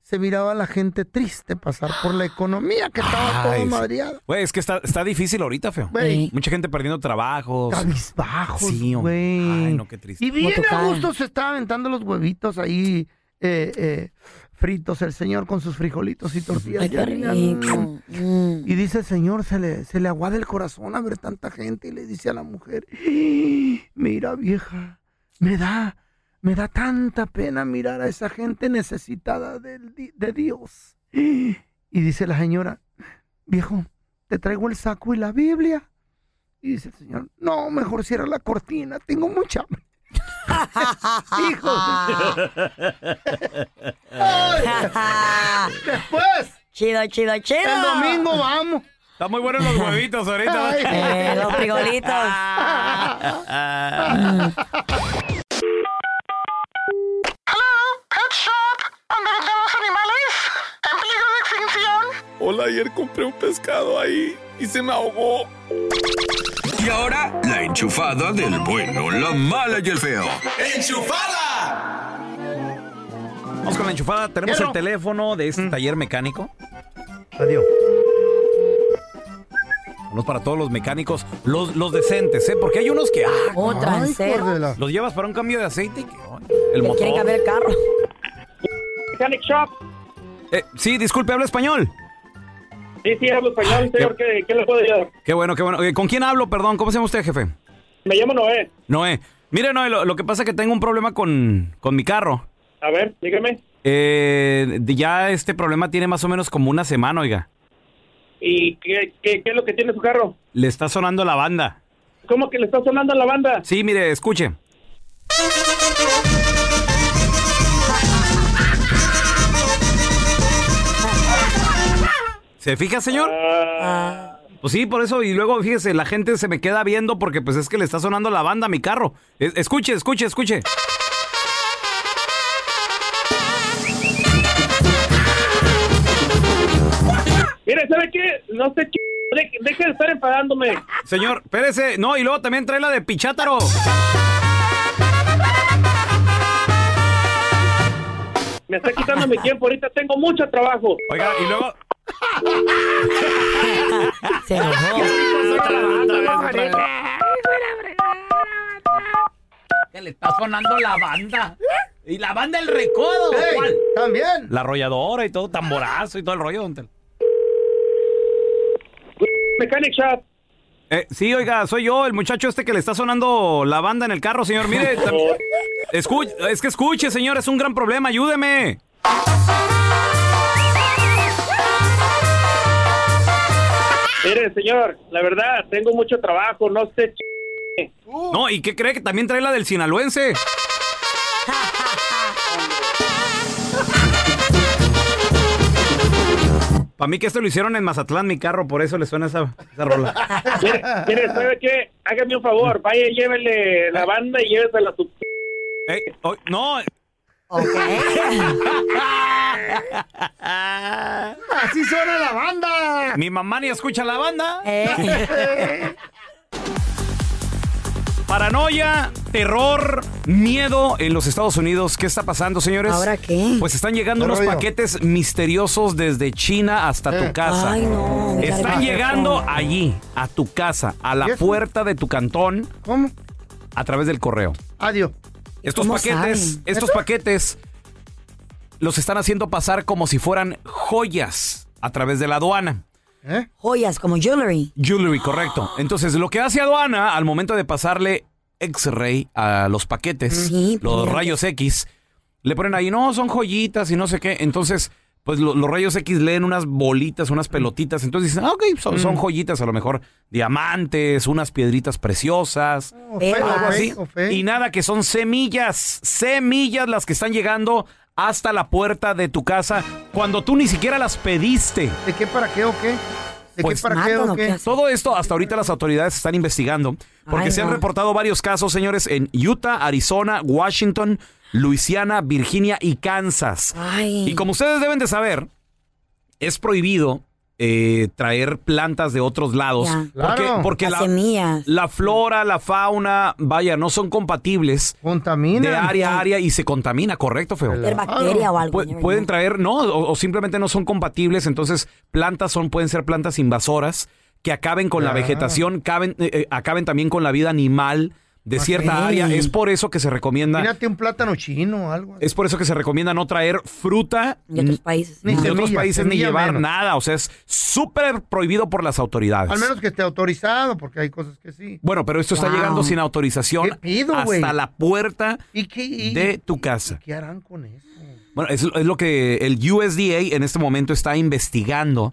S5: se miraba a la gente triste pasar por la economía que estaba
S2: Ay,
S5: todo
S2: sí.
S5: madreado.
S2: Güey, es que está, está difícil ahorita, feo.
S5: Güey.
S2: Mucha gente perdiendo trabajos.
S5: Cabizbajos,
S2: Sí, hombre. Ay, no, qué triste.
S5: Y bien a gusto se estaba aventando los huevitos ahí eh, eh, fritos el señor con sus frijolitos y tortillas.
S3: Ay, qué
S5: de harina.
S3: rico.
S5: Y dice el señor, se le, se le aguada el corazón a ver tanta gente y le dice a la mujer, "¡Ah! mira vieja, me da, me da tanta pena mirar a esa gente necesitada del di- de, Dios. Y dice la señora, viejo, te traigo el saco y la Biblia. Y dice el señor, no, mejor cierra la cortina, tengo mucha hambre. Hijo de- Después.
S3: Chido, chido, chido.
S5: El domingo vamos.
S2: Está muy buenos los huevitos ahorita.
S3: Eh, los frijolitos.
S20: ¿Dónde venden los animales? ¿En peligro de extinción?
S22: Hola, ayer compré un pescado ahí y se me ahogó.
S1: Y ahora, la enchufada del bueno, la mala y el feo.
S22: ¡Enchufada!
S2: Vamos con la enchufada. Tenemos el teléfono de
S5: Mm.
S2: este taller mecánico.
S5: Adiós.
S2: Unos para todos los mecánicos, los, los decentes, ¿eh? Porque hay unos que. ¡Ah!
S3: Oh,
S2: caray,
S3: transeros.
S2: pues, Los llevas para un cambio de aceite y que, ay, el
S3: Le quieren
S2: motor.
S3: cambiar el carro.
S14: Mechanic Shop.
S2: Eh, sí, disculpe, ¿habla español?
S14: Sí, sí, hablo español, señor. ¿Qué, qué le puedo ayudar?
S2: Qué bueno, qué bueno. Eh, ¿Con quién hablo, perdón? ¿Cómo se llama usted, jefe?
S14: Me llamo Noé.
S2: Noé. Mire, Noé, lo, lo que pasa es que tengo un problema con, con mi carro.
S14: A ver, dígame.
S2: Eh, de- ya este problema tiene más o menos como una semana, oiga.
S14: ¿Y qué, qué, qué es lo que tiene su carro?
S2: Le está sonando la banda.
S14: ¿Cómo que le está sonando la banda?
S2: Sí, mire, escuche. ¿Se fija, señor?
S14: Ah.
S2: Pues sí, por eso. Y luego, fíjese, la gente se me queda viendo porque pues es que le está sonando la banda a mi carro. Es- escuche, escuche, escuche.
S14: Mire, ¿sabe qué? No sé qué. de- Deje de estar enfadándome.
S2: Señor, espérese. No, y luego también trae la de Pichátaro.
S14: Me está quitando mi tiempo. Ahorita tengo mucho trabajo.
S2: Oiga, y luego.
S3: Se enojó.
S4: Que le está sonando la banda. Y la banda El Recodo. ¿cuál?
S5: También.
S2: La arrolladora y todo, tamborazo y todo el rollo. don Tel.
S14: Mechanic Shop.
S2: Eh, sí, oiga, soy yo, el muchacho este que le está sonando la banda en el carro, señor. Mire, tam- Escu- es que escuche, señor, es un gran problema, ayúdeme.
S14: Mire, señor, la verdad, tengo mucho trabajo. No sé qué. Uh.
S2: No, ¿y qué cree que también trae la del sinaloense? Para mí que esto lo hicieron en Mazatlán, mi carro, por eso le suena esa, esa rola.
S14: Mire, mire, ¿sabe qué? Hágame un favor. Vaya, y llévele la banda y llévesela a su.
S2: Ey, oh, no.
S5: Así suena la banda.
S2: Mi mamá ni escucha la banda.
S5: Eh.
S2: Paranoia, terror, miedo en los Estados Unidos. ¿Qué está pasando, señores?
S3: ¿Ahora qué?
S2: Pues están llegando
S3: ¿Qué
S2: unos
S3: rollo?
S2: paquetes misteriosos desde China hasta
S5: Eh.
S2: tu casa.
S3: Ay, no, me
S2: Están
S3: carga
S2: llegando
S3: eso.
S2: allí, a tu casa, a
S5: ¿Y
S2: la
S5: eso?
S2: puerta de tu cantón.
S5: ¿Cómo?
S2: A través del correo.
S5: Adiós.
S2: Estos paquetes, estos paquetes los están haciendo pasar como si fueran joyas a través de la aduana.
S3: Joyas como jewelry.
S2: Jewelry, correcto. Entonces, lo que hace aduana al momento de pasarle X-ray a los paquetes, los
S3: mira.
S2: rayos X, le ponen ahí, no, son joyitas y no sé qué. Entonces, pues lo- los rayos X leen unas bolitas, unas pelotitas. Entonces dicen, ah, ok, son, son joyitas, a lo mejor diamantes, unas piedritas preciosas.
S4: Mm.
S5: Perlas.
S2: algo así.
S5: O fe.
S2: Y nada, que son semillas, semillas las que están llegando hasta la puerta de tu casa cuando tú ni siquiera las pediste.
S5: ¿De qué para qué o qué? ¿De
S2: Pues,
S5: qué para qué o qué?
S2: Todo esto hasta ahorita las autoridades están investigando porque
S5: Ay,
S2: se han
S5: no.
S2: reportado varios casos, señores, en Utah, Arizona, Washington, Luisiana, Virginia y Kansas. Y como ustedes deben de saber, es prohibido eh, traer plantas de otros lados.
S3: Ya.
S2: Porque,
S3: Claro.
S2: porque
S3: Las
S2: la,
S3: semillas.
S2: la flora, la fauna, vaya, no son compatibles.
S5: Contamina.
S2: De área a área y se contamina, correcto, feo.
S3: Ser bacteria o algo.
S2: Pu- pueden traer, no, o, o simplemente no son compatibles, entonces plantas son, pueden ser plantas invasoras que acaben con la
S7: Ah.
S2: vegetación, caben, eh, eh, acaben también con la vida animal de cierta
S5: Ok.
S2: área. Es por eso que se recomienda.
S5: Imagínate un plátano chino o algo.
S2: Es por eso que se recomienda no traer fruta
S3: de otros países,
S2: ni,
S5: Ni
S2: de otros
S5: semilla,
S2: países, ni
S5: semilla
S2: llevar
S5: menos.
S2: nada. O sea, es súper prohibido por las autoridades.
S5: Al menos que esté autorizado, porque hay cosas que sí.
S2: Bueno, pero esto está
S5: Wow.
S2: llegando sin autorización
S5: ¿Qué pido,
S2: hasta
S5: güey?
S2: la puerta
S5: ¿Y qué, y-
S2: de tu casa.
S5: qué harán con eso?
S2: Bueno, es, es lo que el USDA en este momento está investigando.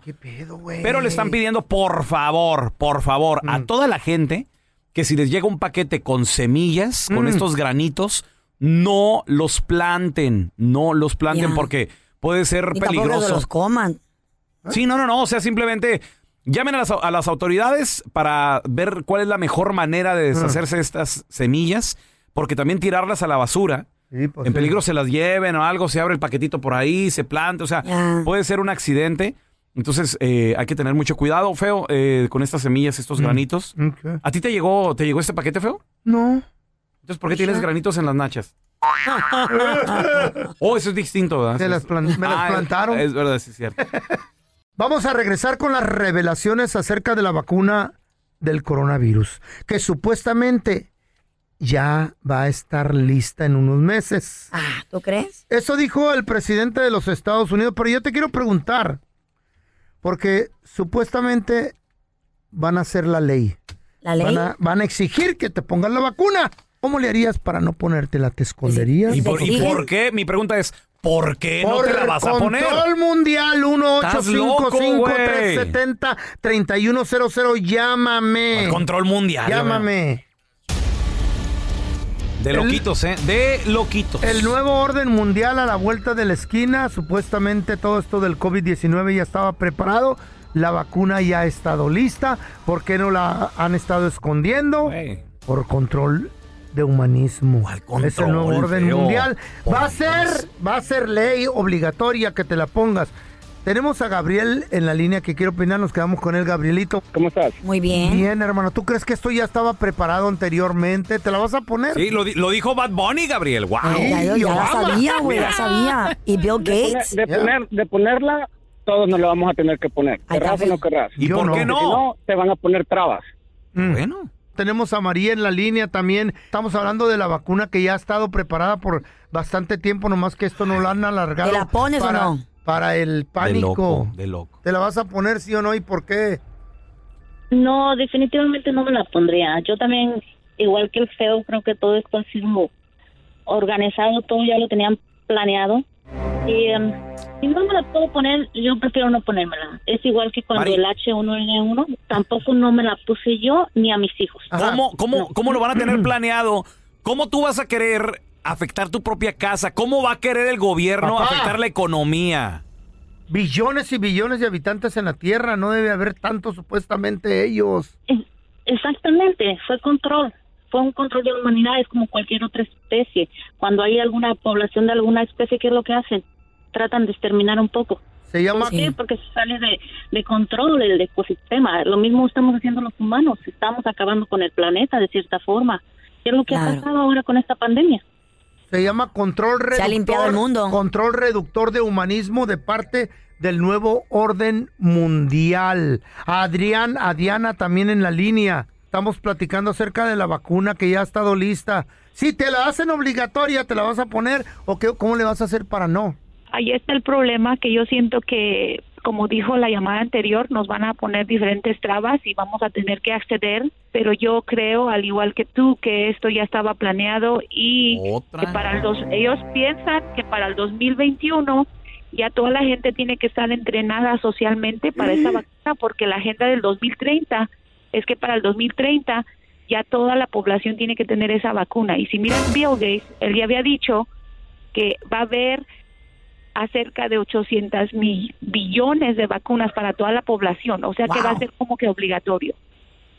S2: Pero le están pidiendo, por favor, por favor,
S3: Mm.
S2: a toda la gente que si les llega un paquete con semillas, con
S10: Mm.
S2: estos granitos, no los planten, no los planten
S3: Ya.
S2: porque puede ser
S3: Y tampoco que se
S2: peligroso.
S3: los coman.
S2: ¿Eh? Sí, no, no, no. O sea, simplemente llamen a las, a las autoridades para ver cuál es la mejor manera de deshacerse de estas semillas, porque también tirarlas a la basura.
S5: pues
S2: en peligro se las lleven o algo, se abre el paquetito por ahí, se planta, o sea, puede ser un accidente. Entonces, eh, hay que tener mucho cuidado, Feo, eh, con estas semillas,
S5: Mm.
S2: estos granitos. ¿A ti te llegó, te llegó este paquete, Feo?
S5: No.
S2: Entonces, ¿por qué tienes
S5: Ya.
S2: granitos en las nachas? Oh, eso es distinto, ¿verdad?
S5: Se las plan- me las
S2: Ah, es-
S5: plantaron.
S2: Es verdad, sí es cierto.
S5: Vamos a regresar con las revelaciones acerca de la vacuna del coronavirus, que supuestamente ya va a estar lista en unos meses.
S3: Ah, ¿Tú crees?
S5: Eso dijo el presidente de los Estados Unidos, pero yo te quiero preguntar, porque supuestamente van a hacer la ley.
S3: ¿La ley?
S5: Van a, van a exigir que te pongan la vacuna. ¿Cómo le harías para no ponértela?
S3: Pues,
S5: ¿Te esconderías?
S2: ¿Y por, y por qué? Mi pregunta es, ¿por qué Eh, no te la vas a poner?
S5: Control mundial
S2: Estás loco, güey.
S5: 1-855-370-3100. Llámame.
S2: Control mundial.
S5: Llámame.
S2: De loquitos, ¿eh? De loquitos.
S5: El nuevo orden mundial a la vuelta de la esquina. Supuestamente todo esto del COVID-19 ya estaba preparado. La vacuna ya ha estado lista. ¿Por qué no la han estado escondiendo? Por control de humanismo. es el nuevo
S2: control,
S5: orden
S2: feo?
S5: mundial.
S2: Por
S5: Va a ser, va a ser ley obligatoria que te la pongas. Tenemos a Gabriel en la línea que quiero opinar. Nos quedamos con él, Gabrielito.
S23: ¿Cómo estás?
S3: Muy bien.
S5: Bien, hermano. ¿Tú crees que esto ya estaba preparado anteriormente? ¿Te la vas a poner?
S2: Sí, lo, di- lo dijo Bad Bunny, Gabriel. ¡Wow!
S3: Ya, ya, ya la sabía, güey, ya sabía. Y Bill
S23: De, poner-
S3: Gates.
S23: de poner- de ponerla, todos nos la vamos a tener que poner. Querrás o no querrás.
S2: ¿Y Yo por qué no. no?
S23: Porque Si no, te van a poner trabas.
S2: Bueno.
S5: Mm. Tenemos a María en la línea también. Estamos hablando de la vacuna que ya ha estado preparada por bastante tiempo, nomás que esto no la han alargado.
S3: ¿Te la pones o
S5: para,
S3: no?
S5: Para el
S2: De
S5: pánico.
S2: loco, de loco.
S5: ¿Te la vas a poner sí o no y por qué?
S24: No, definitivamente no me la pondría. Yo también, igual que el feo, creo que todo esto ha sido organizado, todo ya lo tenían planeado. Y em, si no me la puedo poner, yo prefiero no ponérmela. Es igual que cuando
S2: Mari.
S24: el H1N1, tampoco no me la puse yo ni a mis hijos.
S2: ¿Cómo, cómo, ¿Cómo lo van a
S5: Mm.
S2: tener planeado? ¿Cómo tú vas a querer afectar tu propia casa? ¿Cómo va a querer el gobierno
S5: Papá.
S2: afectar la economía?
S5: Billones y billones de habitantes en la Tierra, no debe haber tanto supuestamente ellos.
S24: Eh, Exactamente, fue control. Fue un control de la humanidad, es como cualquier otra especie. Cuando hay alguna población de alguna especie, ¿qué es lo que hacen? Tratan de exterminar un poco.
S5: Se llama-
S24: ¿Por qué? Porque se sale de, de control el ecosistema. Lo mismo estamos haciendo los humanos. Estamos acabando con el planeta de cierta forma. ¿Qué es lo que ha pasado ahora con esta pandemia?
S5: Se llama control reductor.
S24: Se ha limpiado el
S5: mundo. Control reductor de humanismo de parte del nuevo orden mundial. A Adrián, a Diana también en la línea. Estamos platicando acerca de la vacuna que ya ha estado lista. Si te la hacen obligatoria, ¿te la vas a poner? ¿O qué, cómo le vas a hacer para no?
S25: Ahí está el problema que yo siento que, como dijo la llamada anterior, nos van a poner diferentes trabas y vamos a tener que acceder, pero yo creo, al igual que tú, que esto ya estaba planeado y que para el dos, ellos piensan que para el 2021 ya toda la gente tiene que estar entrenada socialmente para esta vacuna porque la agenda del 2030 es que para el 2030 ya toda la población tiene que tener esa vacuna. Y si miran Bill Gates, él ya había dicho que va a haber acerca de 800 mil billones de vacunas para toda la población, o sea que va a ser como que obligatorio.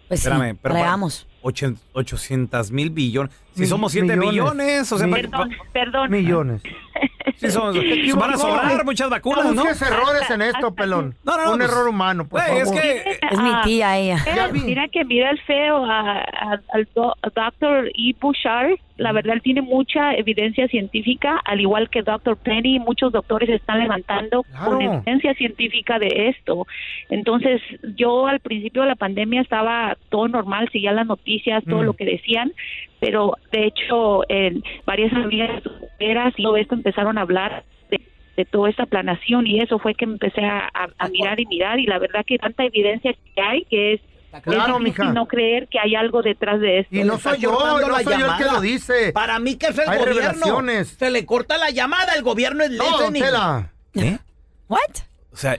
S3: Pues
S2: Espérame, pero para, 800 mil billones. Si
S5: Mi-
S2: somos 7
S5: millones.
S2: billones, o sea,
S5: Mi-
S2: pa-
S5: Perdón.
S25: Perdón.
S5: Millones.
S2: sí somos-
S5: Te equivocó.
S2: van a sobrar muchas vacunas,
S5: no
S2: ¿no?
S5: busques errores en esto, pelón.
S2: No, no, no,
S5: Un
S2: pues,
S5: error humano, por
S2: güey, es
S5: favor.
S2: que-
S25: Es mi tía ella. ah, Mira que mira el feo a- a- al doctor E. Bouchard. La verdad, él tiene mucha evidencia científica, al igual que doctor Penny. Muchos doctores están levantando con
S7: Claro.
S25: evidencia científica de esto. Entonces, yo al principio de la pandemia estaba todo normal, seguía las noticias, todo
S7: Mm.
S25: lo que decían, pero de hecho, en varias amigas eras y todo esto empezaron a hablar de, de toda esta planación y eso fue que empecé a, a- a mirar y mirar y la verdad que tanta evidencia que hay que es
S5: claro,
S25: es difícil
S5: mija.
S25: no creer que hay algo detrás de esto.
S5: Y no soy yo,
S25: cortando
S5: no
S25: la
S5: soy yo el que
S25: llamada.
S5: lo dice.
S25: Para
S4: mí que es el
S5: Hay
S4: gobierno.
S5: revelaciones.
S4: Se le corta la llamada, el gobierno es
S5: No,
S4: listening.
S5: Tela.
S2: ¿Eh?
S3: ¿What?
S2: O sea,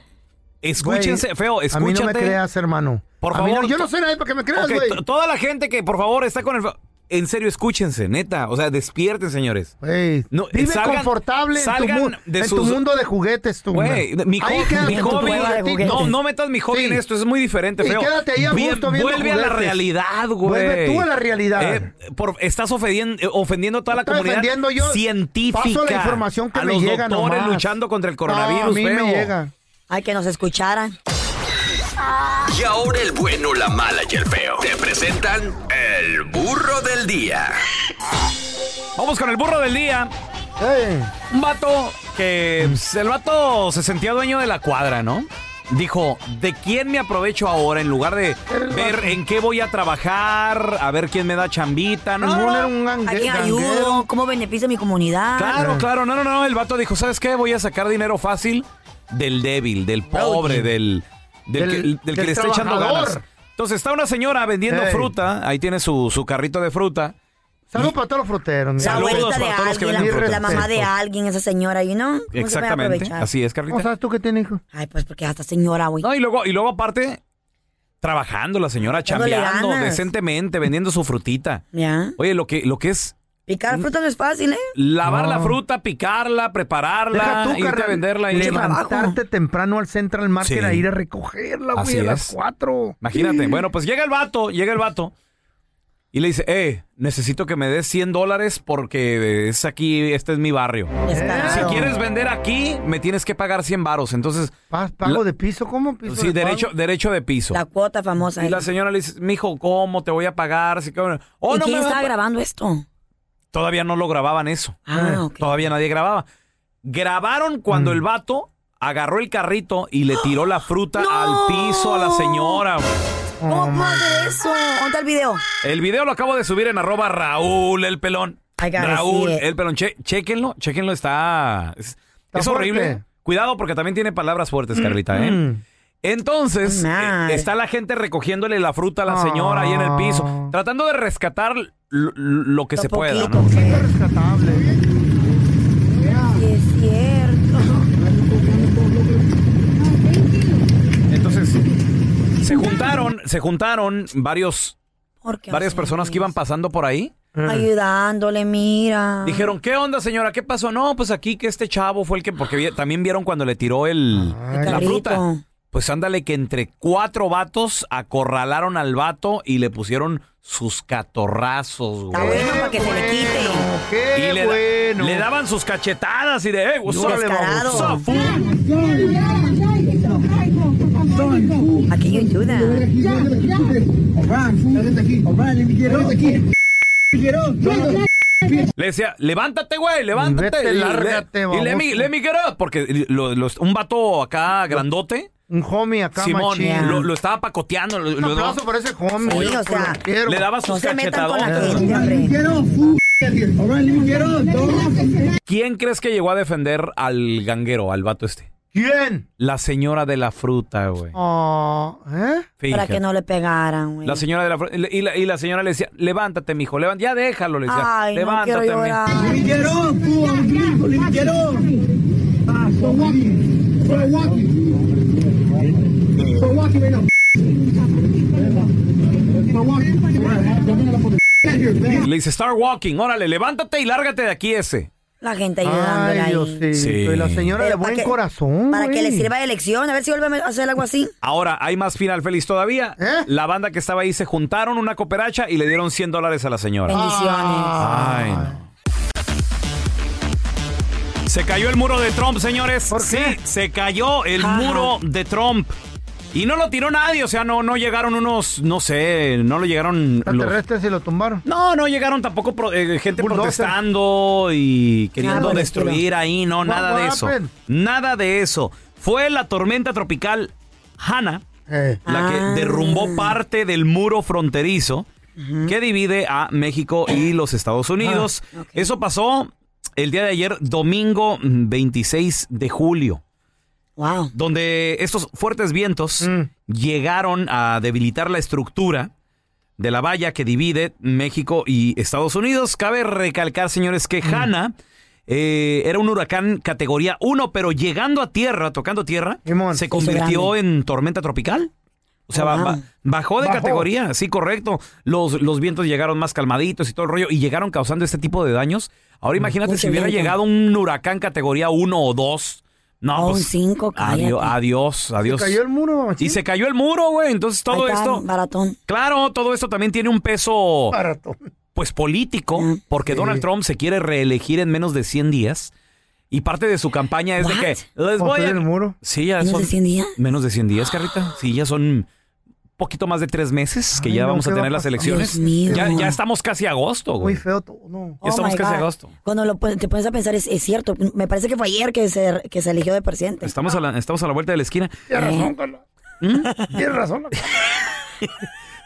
S2: escúchense,
S5: Güey,
S2: feo,
S5: A mí
S2: escúchate.
S5: no me creas, hermano.
S2: Por
S5: A mí no-
S2: favor,
S5: yo no
S2: to-
S5: sé nadie para que me creas,
S2: Ok,
S5: güey.
S2: to- toda la gente que, por favor, está con el... fa- En serio, escúchense, neta. O sea, despierten, señores. no, eh,
S5: Vive
S2: salgan-
S5: confortable en tu,
S2: salgan
S5: mu-
S2: de
S5: en tu
S2: sus-
S5: mundo de juguetes, tú.
S2: Güey,
S5: man.
S2: mi, jo-
S5: Ahí quédate
S2: mi
S5: en tu
S2: hobby.
S5: cueva de juguetes.
S2: No, no metas mi hobby
S5: Sí.
S2: en esto, es muy diferente,
S5: Y
S2: feo.
S5: quédate ahí a
S2: Bien,
S5: gusto viendo
S2: Vuelve a la
S5: juguetes.
S2: realidad, güey.
S5: Vuelve tú a la realidad.
S2: Eh, por- estás ofendien- eh, ofendiendo a toda la
S5: Estoy
S2: comunidad
S5: defendiendo yo.
S2: científica.
S5: Paso la información que
S2: a
S5: me
S2: los
S5: llega
S2: doctores
S5: nomás.
S2: luchando contra el
S5: No,
S2: coronavirus,
S5: a mí me
S2: feo.
S5: llega.
S3: Ay, que nos escucharan.
S1: Y ahora el bueno, la mala y el feo. Te presentan el burro del día.
S2: Vamos con el burro del día. Un vato que pues, el vato se sentía dueño de la cuadra, ¿no? Dijo, ¿de quién me aprovecho ahora? En lugar de ver en qué voy a trabajar, a ver quién me da chambita, ¿no? no, no.
S3: ¿A quién ayudo? ¿Cómo beneficio a mi comunidad?
S2: Claro, claro, no, no, no. El vato dijo, ¿sabes qué? Voy a sacar dinero fácil del débil, del pobre, del, del, que,
S5: Del-
S2: del que
S5: del
S2: le está echando
S5: trabajador.
S2: ganas. Entonces está una señora vendiendo
S5: Ey.
S2: fruta, ahí tiene su, su carrito de fruta.
S5: Saludos para todos los fruteros. mira.
S2: La Saludos abuelita para de todos los que
S3: alguien,
S2: venden
S3: la,
S2: fruta.
S3: la mamá de
S2: Perfecto.
S3: alguien, esa señora, you know? ¿Cómo se puede
S2: Exactamente,
S3: aprovechar?
S2: así es, Carlita.
S5: ¿Cómo sabes tú que tiene hijo?
S3: Ay, pues porque hasta señora, güey.
S2: No, y luego, y luego aparte, trabajando la señora,
S3: Dándole
S2: chambeando
S3: ganas.
S2: decentemente, vendiendo su frutita.
S3: Ya.
S2: Oye, lo que, lo que es
S3: Picar
S2: Mm,
S3: fruta no es fácil, ¿eh?
S2: lavar
S3: No.
S2: la fruta, picarla,
S5: Deja
S2: prepararla,
S5: tú,
S2: irte a
S5: carnal,
S2: venderla y
S5: Levantarte temprano al Central Market
S2: Sí.
S5: a ir a recogerla,
S2: Así
S5: güey, a las
S2: es.
S5: 4.
S2: Imagínate. Bueno, pues llega el vato, llega el vato. Y le dice, eh, necesito que me des 100 dólares porque es aquí, este es mi barrio. Si quieres vender aquí, me tienes que pagar 100 varos. Entonces,
S5: ¿Pago
S2: la-
S5: de piso? ¿Cómo? ¿Piso
S2: sí,
S5: de
S2: derecho,
S5: pago?
S2: derecho de piso.
S3: La cuota famosa.
S2: Y la señora le dice, mijo, ¿cómo te voy a pagar? Si que- Oh,
S3: ¿Y
S2: no me va a
S3: quién estaba
S2: pa-".
S3: grabando esto?
S2: Todavía no lo grababan eso.
S3: Ah,
S2: Eh, Todavía nadie grababa. Grabaron
S5: Mm.
S2: cuando el vato agarró el carrito y le tiró la fruta al piso a la señora. güey.
S5: Oh,
S3: ¿Cómo puedo hacer eso? ¿Dónde está el video?
S2: El video lo acabo de subir en arroba Raúl el pelón.
S3: I gotta
S2: Raúl
S3: see it.
S2: el pelón. Che- chéquenlo, chéquenlo, está. Es, es horrible.
S5: fuerte.
S2: Cuidado porque también tiene palabras fuertes, Carlita, ¿eh?
S5: Mm.
S2: Entonces,
S5: Nah.
S2: eh, está la gente recogiéndole la fruta a
S5: Ah.
S2: la señora ahí en el piso, tratando de rescatar l- l- lo que se pueda. ¿no?
S3: Sí, es cierto.
S2: Entonces, se juntaron, se juntaron varios,
S3: Porque
S2: varias personas que iban pasando por ahí.
S3: Eh. Ayudándole, mira.
S2: Dijeron, ¿qué onda, señora? ¿Qué pasó? No, pues aquí que este chavo fue el que... Porque vi- también vieron cuando le tiró el, la
S3: carrito.
S2: fruta. Pues ándale que entre cuatro vatos acorralaron al vato y le pusieron sus catorrazos, güey.
S3: para que se le quite.
S2: y le, da- le daban sus cachetadas y de, hey, what's up,
S3: Descarado.
S2: what's up, fool?"
S3: How can you do that?
S2: Le decía, levántate, güey, levántate.
S5: Vete,
S2: Y le-
S5: lárgate,
S2: y let me,
S5: baboso.
S2: let me get up. Porque lo- los- un vato acá grandote,
S5: Un homie acá,
S2: Simón,
S5: machín.
S2: lo, lo estaba pacoteando. lo-
S5: Un
S2: lo-
S5: aplauso para ese homie.
S2: Sí, o
S5: yo
S2: sea,
S5: lo quiero.
S2: le daba sus cachetadones. ¿Quién crees que llegó a defender al ganguero, al vato este?
S5: ¿Quién?
S2: La señora de la fruta, güey.
S5: Oh, ¿eh?
S3: Para
S2: Fíjate.
S3: que no le pegaran, güey.
S2: La señora de la fruta. Y la, y la señora le decía, levántate, mijo, levántate. Ya déjalo, le decía.
S3: Ay, no quiero
S2: levántate,
S3: llorar.
S2: mijo". Le dice, start walking, órale, levántate y lárgate de aquí ese.
S3: La gente ayudándola
S5: Ay,
S3: ahí.
S5: Diosito. Y la señora de
S3: Pero
S5: buen
S3: que-
S5: corazón.
S3: Para que le
S5: güey.
S3: sirva de lección, a ver si vuelve a hacer algo así.
S2: Ahora, hay más final feliz todavía.
S5: ¿Eh?
S2: La banda que estaba ahí se juntaron una cooperacha y le dieron 100 dólares a la señora.
S3: Bendiciones.
S2: Ay, no. Se cayó el muro de Trump, señores. Sí, se cayó el muro de Trump. Y no lo tiró nadie, o sea, no, no llegaron unos, no sé, no lo llegaron los-
S5: Extraterrestres y lo tumbaron.
S2: No, no llegaron tampoco eh, gente protestando y queriendo
S5: Nada,
S2: destruir
S5: estilo.
S2: ahí, no,
S5: What
S2: nada de eso.
S5: happened?
S2: Nada de eso. Fue la tormenta tropical Hanna la que derrumbó parte del muro fronterizo que divide a México y los Estados Unidos. Eso pasó el día de ayer, domingo mm, 26 de julio.
S3: Wow.
S2: Donde estos fuertes vientos llegaron a debilitar la estructura de la valla que divide México y Estados Unidos. Cabe recalcar, señores, que Hanna eh, era un huracán categoría 1, pero llegando a tierra, tocando tierra, se convirtió en tormenta tropical. O sea,
S5: Oh,
S2: ba-
S5: wow.
S2: ba- bajó de
S5: Bajó.
S2: categoría, sí, correcto. Los, los vientos llegaron más calmaditos y todo el rollo y llegaron causando este tipo de daños. Ahora imagínate
S3: Mucho
S2: si hubiera
S3: viento.
S2: llegado un huracán categoría 1 o 2. No,
S3: O un
S2: pues,
S3: cinco, cállate.
S2: adio- adiós, adiós.
S5: cayó el muro,
S2: Y se cayó el muro, güey. Entonces todo
S3: Ahí está,
S2: esto.
S3: Baratón.
S2: Claro, todo esto también tiene un peso. Pues político,
S5: Mm,
S2: porque Donald Trump se quiere reelegir en menos de 100 días. Y parte de su campaña es de que. Les voy
S5: Construir
S2: a-
S5: el muro.
S2: Sí, ya
S5: ¿Menos
S2: son.
S5: de 100 días?
S2: Menos de 100 días, Carrita. Sí, ya son poquito más de tres meses que
S5: Ay,
S2: ya
S5: no,
S2: vamos a
S5: ¿qué va
S2: tener
S5: a
S2: las
S5: pasar?
S2: elecciones.
S5: Dios mío.
S2: Ya, ya estamos casi a agosto,
S5: Muy
S2: güey.
S5: feo todo. No.
S2: Ya estamos
S3: Oh my
S2: casi
S3: God.
S2: agosto.
S3: Cuando lo pon- te pones a pensar, es, es cierto. Me parece que fue ayer que se, que se eligió de presidente.
S2: Estamos a la, estamos a la vuelta de la esquina. Eh. ¿Mm?
S3: Tienes razón,
S5: Tienes razón.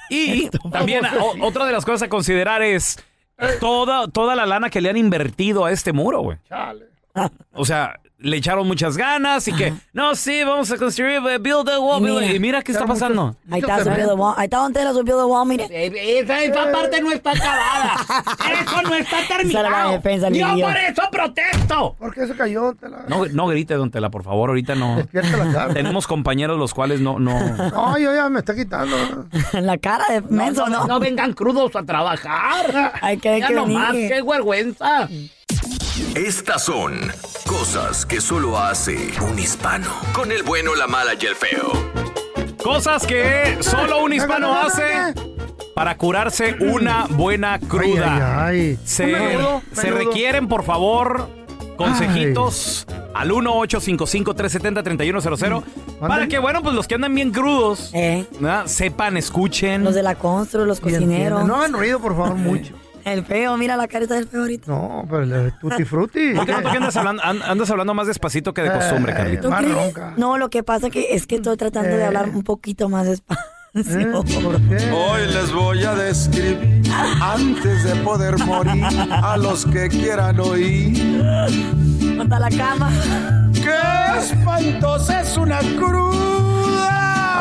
S2: Y también o- otra de las cosas a considerar es toda, toda la lana que le han invertido a este muro, güey. O sea, le echaron muchas ganas y que, no, sí, vamos a construir, eh, build a wall. build a-". Y mira qué está pasando.
S3: Ahí está, subió de wall. Ahí está donde la subió de wall, mire.
S4: Eh, Esa,
S5: Eh.
S4: esa parte no está acabada. Eso no está
S3: la
S4: terminado.
S3: defensa,
S4: Yo
S2: Lilio.
S4: por eso protesto.
S5: Porque eso cayó. te la-
S2: No, no grite, don Tela, por favor, ahorita no. Tenemos compañeros los cuales no, no.
S5: No, yo ya me está quitando.
S3: la cara de menso,
S4: no, no vengan crudos a trabajar.
S3: Hay que
S4: ya
S3: que
S4: nomás,
S3: venir.
S4: qué vergüenza.
S1: Estas son cosas que solo hace un hispano. Con el bueno, la mala y el feo.
S2: Cosas que solo un hispano hace para curarse una buena cruda. Se,
S5: Menudo,
S2: se
S5: menudo.
S2: requieren, por favor, consejitos al 1-855-370-3100 para que, bueno, pues los que andan bien crudos ¿verdad? sepan, escuchen.
S3: Eh. Los de la constru, los cocineros.
S5: No hagan ruido, por favor, mucho.
S3: El feo, mira la carita del feo ahorita.
S5: No, pero el tutti frutti. Eh,
S2: ¿Por qué no? ¿Por qué andas hablando, an- andas hablando más despacito que de costumbre, Carlita?
S3: ¿Tú crees? No, lo que pasa que es que estoy tratando de
S5: Eh.
S3: hablar un poquito más despacio.
S7: Hoy les voy a describir, antes de poder morir, a los que quieran oír.
S3: Hasta la cama.
S7: ¡Qué espantosa es una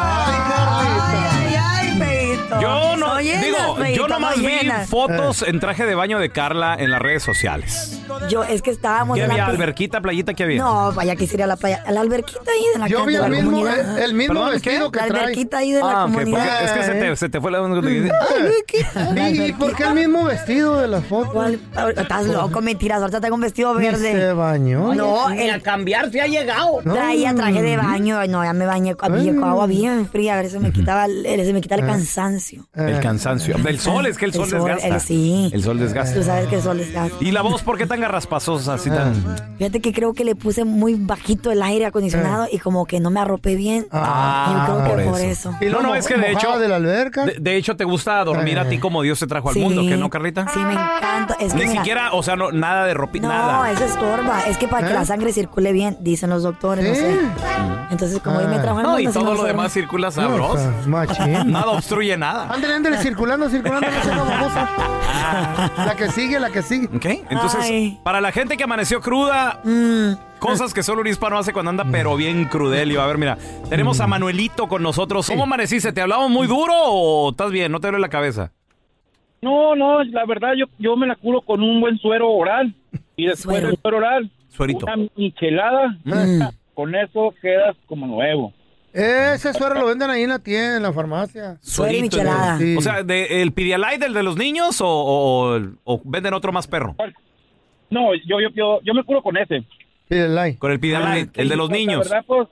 S7: cruda!
S3: Ay, ay, feito.
S2: Yo no,
S3: Soy llena,
S2: digo, yo
S3: feito,
S2: nomás
S3: no
S2: vi
S3: llena.
S2: fotos
S5: Eh.
S2: en traje de baño de Carla en las redes sociales.
S3: Yo, es que estábamos
S2: ¿Qué
S3: en
S2: había?
S3: la
S2: ¿Alberquita, playita? ¿Qué había?
S3: No, vaya, quisiera ir a la playa. A la alberquita ahí de la
S5: Yo
S3: ca-
S5: vi
S3: de
S5: el
S3: la
S5: mismo- eh,
S3: comunidad.
S5: el- el mismo
S3: ¿Perdón?
S5: vestido que
S3: La
S5: trae.
S3: alberquita ahí de la
S2: Ah, ok, porque
S3: comunidad.
S2: es que se te, se te fue la...
S5: ¿Y por qué el mismo vestido de la foto?
S3: Estás loco, mentiras. Ahorita tengo un vestido
S5: Ni
S3: verde.
S5: se bañó. eh,
S3: No,
S4: Ni a
S3: el
S4: cambiar se ha llegado.
S3: Traía traje de baño, Ay, no, ya me bañé con
S4: Ay.
S3: con agua bien fría, a ver, se me quitaba el, el- se me quitaba el
S5: Eh.
S2: Ah.
S3: cansancio.
S2: El cansancio. El sol, es que el
S3: El
S2: sol,
S3: sol,
S2: desgasta.
S3: el- sí.
S2: El sol desgasta.
S3: Tú sabes que el sol desgasta.
S2: ¿Y la voz por qué tan garraspazosa así tan...?
S3: Fíjate que creo que le puse muy bajito el aire acondicionado y como que no me arropé bien.
S2: Eh. Ah,
S3: yo creo que
S2: por
S3: por
S2: eso.
S3: eso.
S2: Y luego no, es que de
S5: mojada
S2: hecho...
S5: de la alberca. Eh.
S2: De, de hecho, te gusta dormir a ti como Dios te trajo al
S3: Sí.
S2: mundo, ¿qué no, Carlita?
S3: Sí, me encanta. Es que
S2: Ni
S3: mira,
S2: siquiera, o sea, no, nada de ropi,
S3: No,
S2: nada.
S3: eso estorba. Es que para que
S2: ¿Eh?
S3: la sangre circule bien, dicen los doctores, no sé. Entonces,
S2: Ah.
S3: como yo me trajo al
S2: No, y
S3: mundo, así me
S2: todo
S3: vas
S2: lo
S3: a
S2: demás circula sabroso.
S5: Ah. machín.
S2: Nada obstruye nada.
S5: Ándale, ándale, circulando, circulando, no sea babosa. La que sigue, la que sigue.
S2: ¿Ok? Entonces,
S5: Ay.
S2: para la gente que amaneció cruda, cosas que solo un hispano hace cuando anda, pero bien crudelio. A ver, mira, tenemos a Manuelito con nosotros. ¿Cómo amaneciste? ¿Te hablamos muy duro o estás bien? ¿No te duele la cabeza?
S23: No, no, la verdad yo, yo me la curo con un buen suero oral y después del suero oral
S2: Suerito.
S23: una michelada.
S5: Mm.
S23: Con eso quedas como nuevo.
S5: Ese suero lo venden ahí en la tienda, en la farmacia.
S2: Suerito, entonces. O sea, de, ¿el Pidialite, el de los niños, o, o- o venden otro más perro?
S23: No, yo, yo, yo, yo me curo con ese.
S2: Con el Pidalite, el de los
S23: Pues,
S2: niños.
S23: La verdad, pues,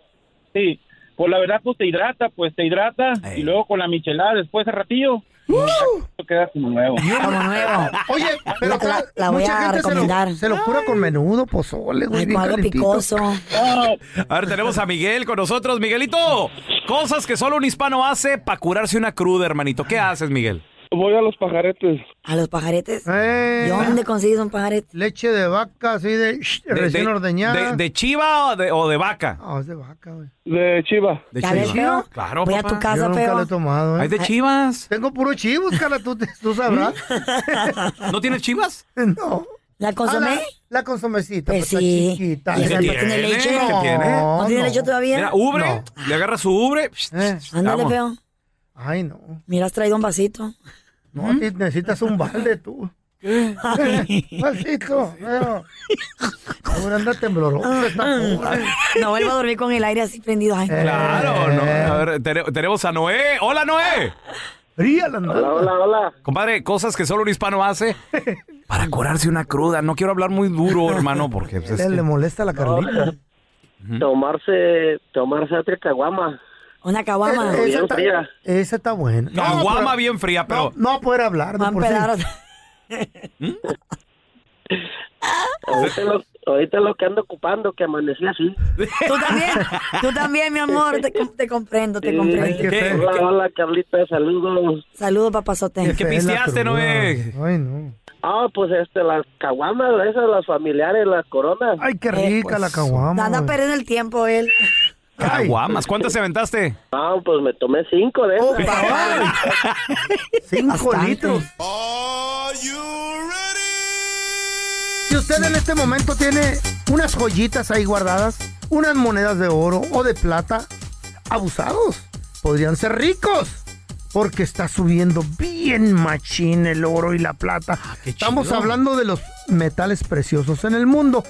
S23: sí. Pues la verdad, pues te hidrata, pues te hidrata.
S2: Eh.
S23: Y luego con la michelada después de ratillo. Te quedas como nuevo.
S3: Como nuevo.
S5: Oye, pero
S3: la, la voy
S5: mucha
S3: a
S5: gente se lo-
S3: recomendar.
S5: Se lo, cura con menudo, pozole, güey.
S3: Ay,
S5: bien
S3: con algo
S5: calentito.
S3: picoso.
S2: A ver, tenemos a Miguel con nosotros. Miguelito, cosas que solo un hispano hace para curarse una cruda, hermanito. ¿Qué haces, Miguel?
S8: Voy a los pajaretes.
S3: ¿A los pajaretes?
S2: ¿Eh?
S5: ¿De
S3: dónde consigues un pajarete?
S5: Leche de vaca, así de, shh,
S2: De-
S5: recién
S2: de-
S5: ordeñada.
S2: De, de chiva o de, o de vaca?
S5: Ah, es de vaca, güey.
S8: De chiva.
S2: ¿De
S5: ¿Ya ves, feo?
S2: Claro,
S5: Voy a
S2: papá.
S5: tu casa, Yo nunca feo. lo he tomado, ¿eh?
S2: ¿Hay de
S5: Ay.
S2: chivas?
S5: Tengo puro chivos, cara, tú, te- tú sabrás.
S2: ¿No tienes chivas?
S5: No.
S3: ¿La consomé?
S5: Ah, la, la consomecita,
S3: Pues
S5: pues, está
S3: sí.
S5: chiquita.
S3: ¿Y esa no tiene leche?
S2: ¿Qué tiene?
S3: ¿No tiene leche todavía?
S2: Mira, ubre, le agarra su ubre.
S5: Eh.
S3: Ándale,
S2: Vamos.
S3: feo.
S5: Ay, no.
S3: Mira, has traído un vasito.
S5: No, a ti necesitas un balde, tú. Pasito, feo. Ahora anda temblorosa esta pobre.
S3: Ah, No vuelvo a dormir con el aire así prendido. Ay,
S2: Claro,
S5: Eh.
S2: no. A ver, tene- tenemos a Noé. ¡Hola, Noé!
S5: Hola,
S8: hola, hola.
S2: Compadre, cosas que solo un hispano hace para curarse una cruda. No quiero hablar muy duro, hermano, porque... pues, es
S5: Le,
S2: que-
S5: le molesta la Carlita.
S8: Tomarse, tomarse otra caguama.
S3: Una caguama.
S5: Esa
S8: Bien
S5: está,
S8: fría.
S5: esa está buena.
S2: Caguama
S5: pero-
S2: bien fría, pero...
S5: No va a poder hablar. de por sí.
S8: Ahorita lo, ahorita lo que ando ocupando, que amanecí así.
S3: Tú también, tú también, mi amor. Te, com- te comprendo, te comprendo.
S8: Hola, hola, Carlita, saludos.
S3: Saludos, papazote.
S8: ¿Qué pisteaste, Noé?
S5: Ay, no.
S8: Ah, pues este, las caguamas, esas, las familiares, las coronas.
S5: Ay,
S3: Eh,
S5: qué
S3: pues,
S5: rica la caguama.
S3: Anda perdiendo el tiempo él.
S2: Caguamas, ¿cuántas se aventaste?
S8: Ah, pues me tomé cinco de esas.
S5: Cinco litros. Si usted en este momento tiene unas joyitas ahí guardadas, unas monedas de oro o de plata, abusados, podrían ser ricos, porque está subiendo bien machín el oro y la plata.
S2: Ah,
S5: Estamos
S8: chido.
S5: hablando de los metales preciosos en el mundo.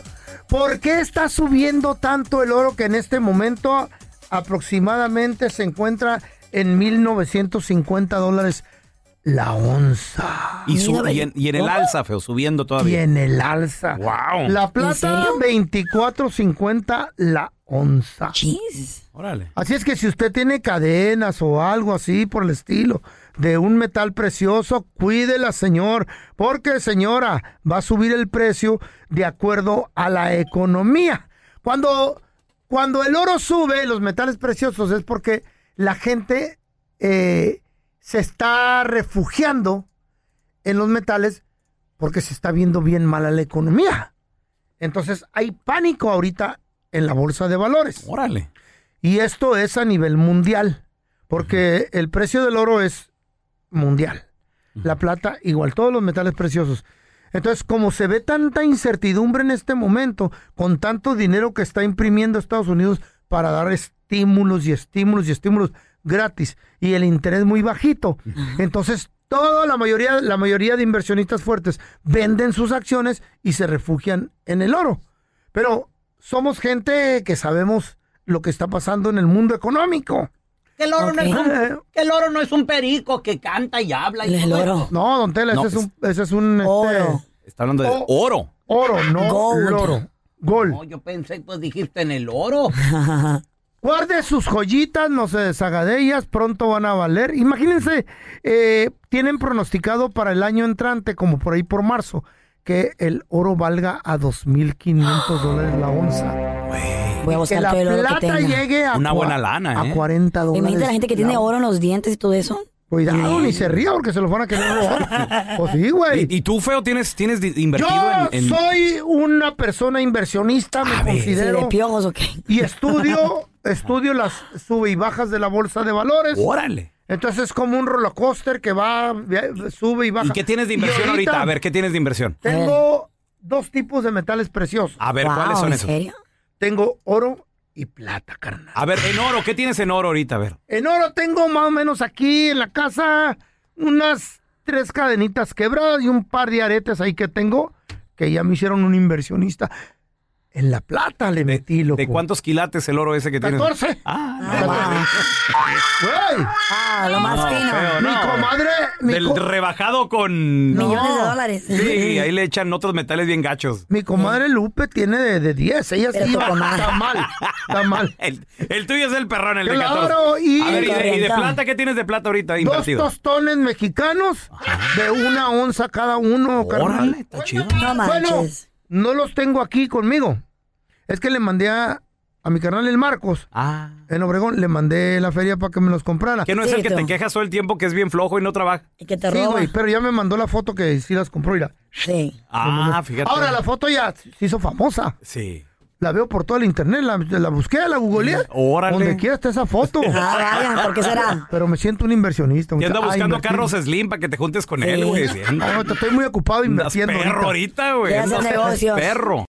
S5: ¿Por qué está subiendo tanto el oro que en este momento aproximadamente se encuentra en 1950 dólares la onza?
S2: Y, su- y en, y en el alza, feo, subiendo todavía.
S5: Y en el alza.
S2: ¡Wow!
S5: La plata 24.50 la onza.
S2: Órale.
S5: Así es que si usted tiene cadenas o algo así por el estilo de un metal precioso, cuídela, señor, porque señora, va a subir el precio de acuerdo a la economía. Cuando cuando el oro sube, los metales preciosos es porque la gente eh, se está refugiando en los metales porque se está viendo bien mala la economía. Entonces hay pánico ahorita en la bolsa de valores.
S2: Órale.
S5: Y esto es a nivel mundial, porque el precio del oro es mundial. La plata, igual, todos los metales preciosos. Entonces, como se ve tanta incertidumbre en este momento, con tanto dinero que está imprimiendo Estados Unidos para dar estímulos y estímulos y estímulos gratis y el interés muy bajito, entonces toda la mayoría, la mayoría de inversionistas fuertes venden sus acciones y se refugian en el oro. Pero somos gente que sabemos lo que está pasando en el mundo económico.
S4: Que el oro, no, es
S5: Ok.
S4: un, que el oro no es un perico que canta y habla. Y todo eso.
S5: No, don Tela,
S2: No,
S5: ese, es un, ese es un, este, oro.
S2: Está hablando de oro.
S5: no
S4: Gold.
S5: loro. Gol.
S4: No, yo pensé, pues dijiste en el oro.
S5: Guarde sus joyitas, no se deshaga de ellas, pronto van a valer. Imagínense, eh, tienen pronosticado para el año entrante, como por ahí por marzo, que el oro valga a 2.500 dólares la onza.
S3: Voy a
S5: que
S3: buscar
S5: la
S3: todo el oro que
S5: plata
S3: tenga.
S5: llegue a, cua- a 40 dólares.
S3: ¿eh? Imagínate la gente que tiene
S5: la Pues,
S3: oro en los dientes y todo eso.
S5: Cuidado, ni se ría porque se los van a querer robar. Pues sí, güey.
S2: ¿Y, y tú, feo, tienes, tienes di- invertido
S5: Yo
S2: en, en-
S5: soy una persona inversionista, me considero.
S3: Sí, de piojos, ok.
S5: Y estudio, estudio las sube y bajas de la bolsa de valores.
S2: Órale.
S5: Entonces es como un roller coaster que va, ve- sube y baja.
S2: ¿Y qué tienes de inversión
S5: Y
S2: ahorita? A ver, ¿qué tienes de inversión?
S5: Tengo dos tipos de metales preciosos.
S2: A ver, Wow, ¿cuáles son ¿en esos? serio?
S5: Tengo oro.
S2: A ver, en oro, ¿qué tienes en oro ahorita? A ver.
S5: En oro tengo más o menos aquí en la casa unas tres cadenitas quebradas y un par de aretes ahí que tengo que ya me hicieron un inversionista. En la plata le metí, loco.
S2: ¿De cuántos quilates el oro ese que tiene?
S5: 14. ¡Güey!
S3: Ah, lo más fino.
S5: Mi comadre. mi
S2: Del
S5: co-
S2: rebajado con...
S3: Millones de dólares.
S2: Sí, ahí le echan otros metales bien gachos.
S5: Mi comadre Lupe tiene de, de 10. Ella
S2: Pero
S5: sí
S2: tu
S5: iba.
S2: comadre.
S5: Está mal. Está mal.
S2: El, el tuyo es el perrón, el
S5: Claro,
S2: de 14.
S5: y-
S2: A ver, ¿y de, y de
S5: Correcto.
S2: plata qué tienes de plata ahorita
S5: Dos
S2: invertido?
S5: tostones mexicanos de una onza cada uno. carnal.
S2: está chido.
S3: No
S5: Bueno,
S3: manches.
S5: no los tengo aquí conmigo. Es que le mandé a, a mi carnal el Marcos. En Obregón le mandé la feria para que me los comprara.
S2: Ah. Que no es el que te quejas todo el tiempo que es bien flojo y no trabaja.
S3: Y que te
S5: Sí, güey, pero ya me mandó la foto que sí las compró, mira.
S3: Sí.
S2: Ah, fíjate.
S5: Ahora la foto ya se hizo famosa.
S2: Sí.
S5: La veo por todo el internet, la, la busqué, la googleé.
S2: Órale.
S5: Donde quiera está esa foto.
S2: Ah, vaya, ¿por qué será?
S5: Pero me siento un inversionista.
S2: Y
S5: mucha-
S2: anda
S5: ah,
S2: buscando
S5: invertir.
S2: carros Slim para que te juntes con él, güey.
S5: No, te estoy muy ocupado
S2: Andas
S5: invirtiendo.
S2: perro ahorita, güey.
S5: Andas
S2: Andas Perro.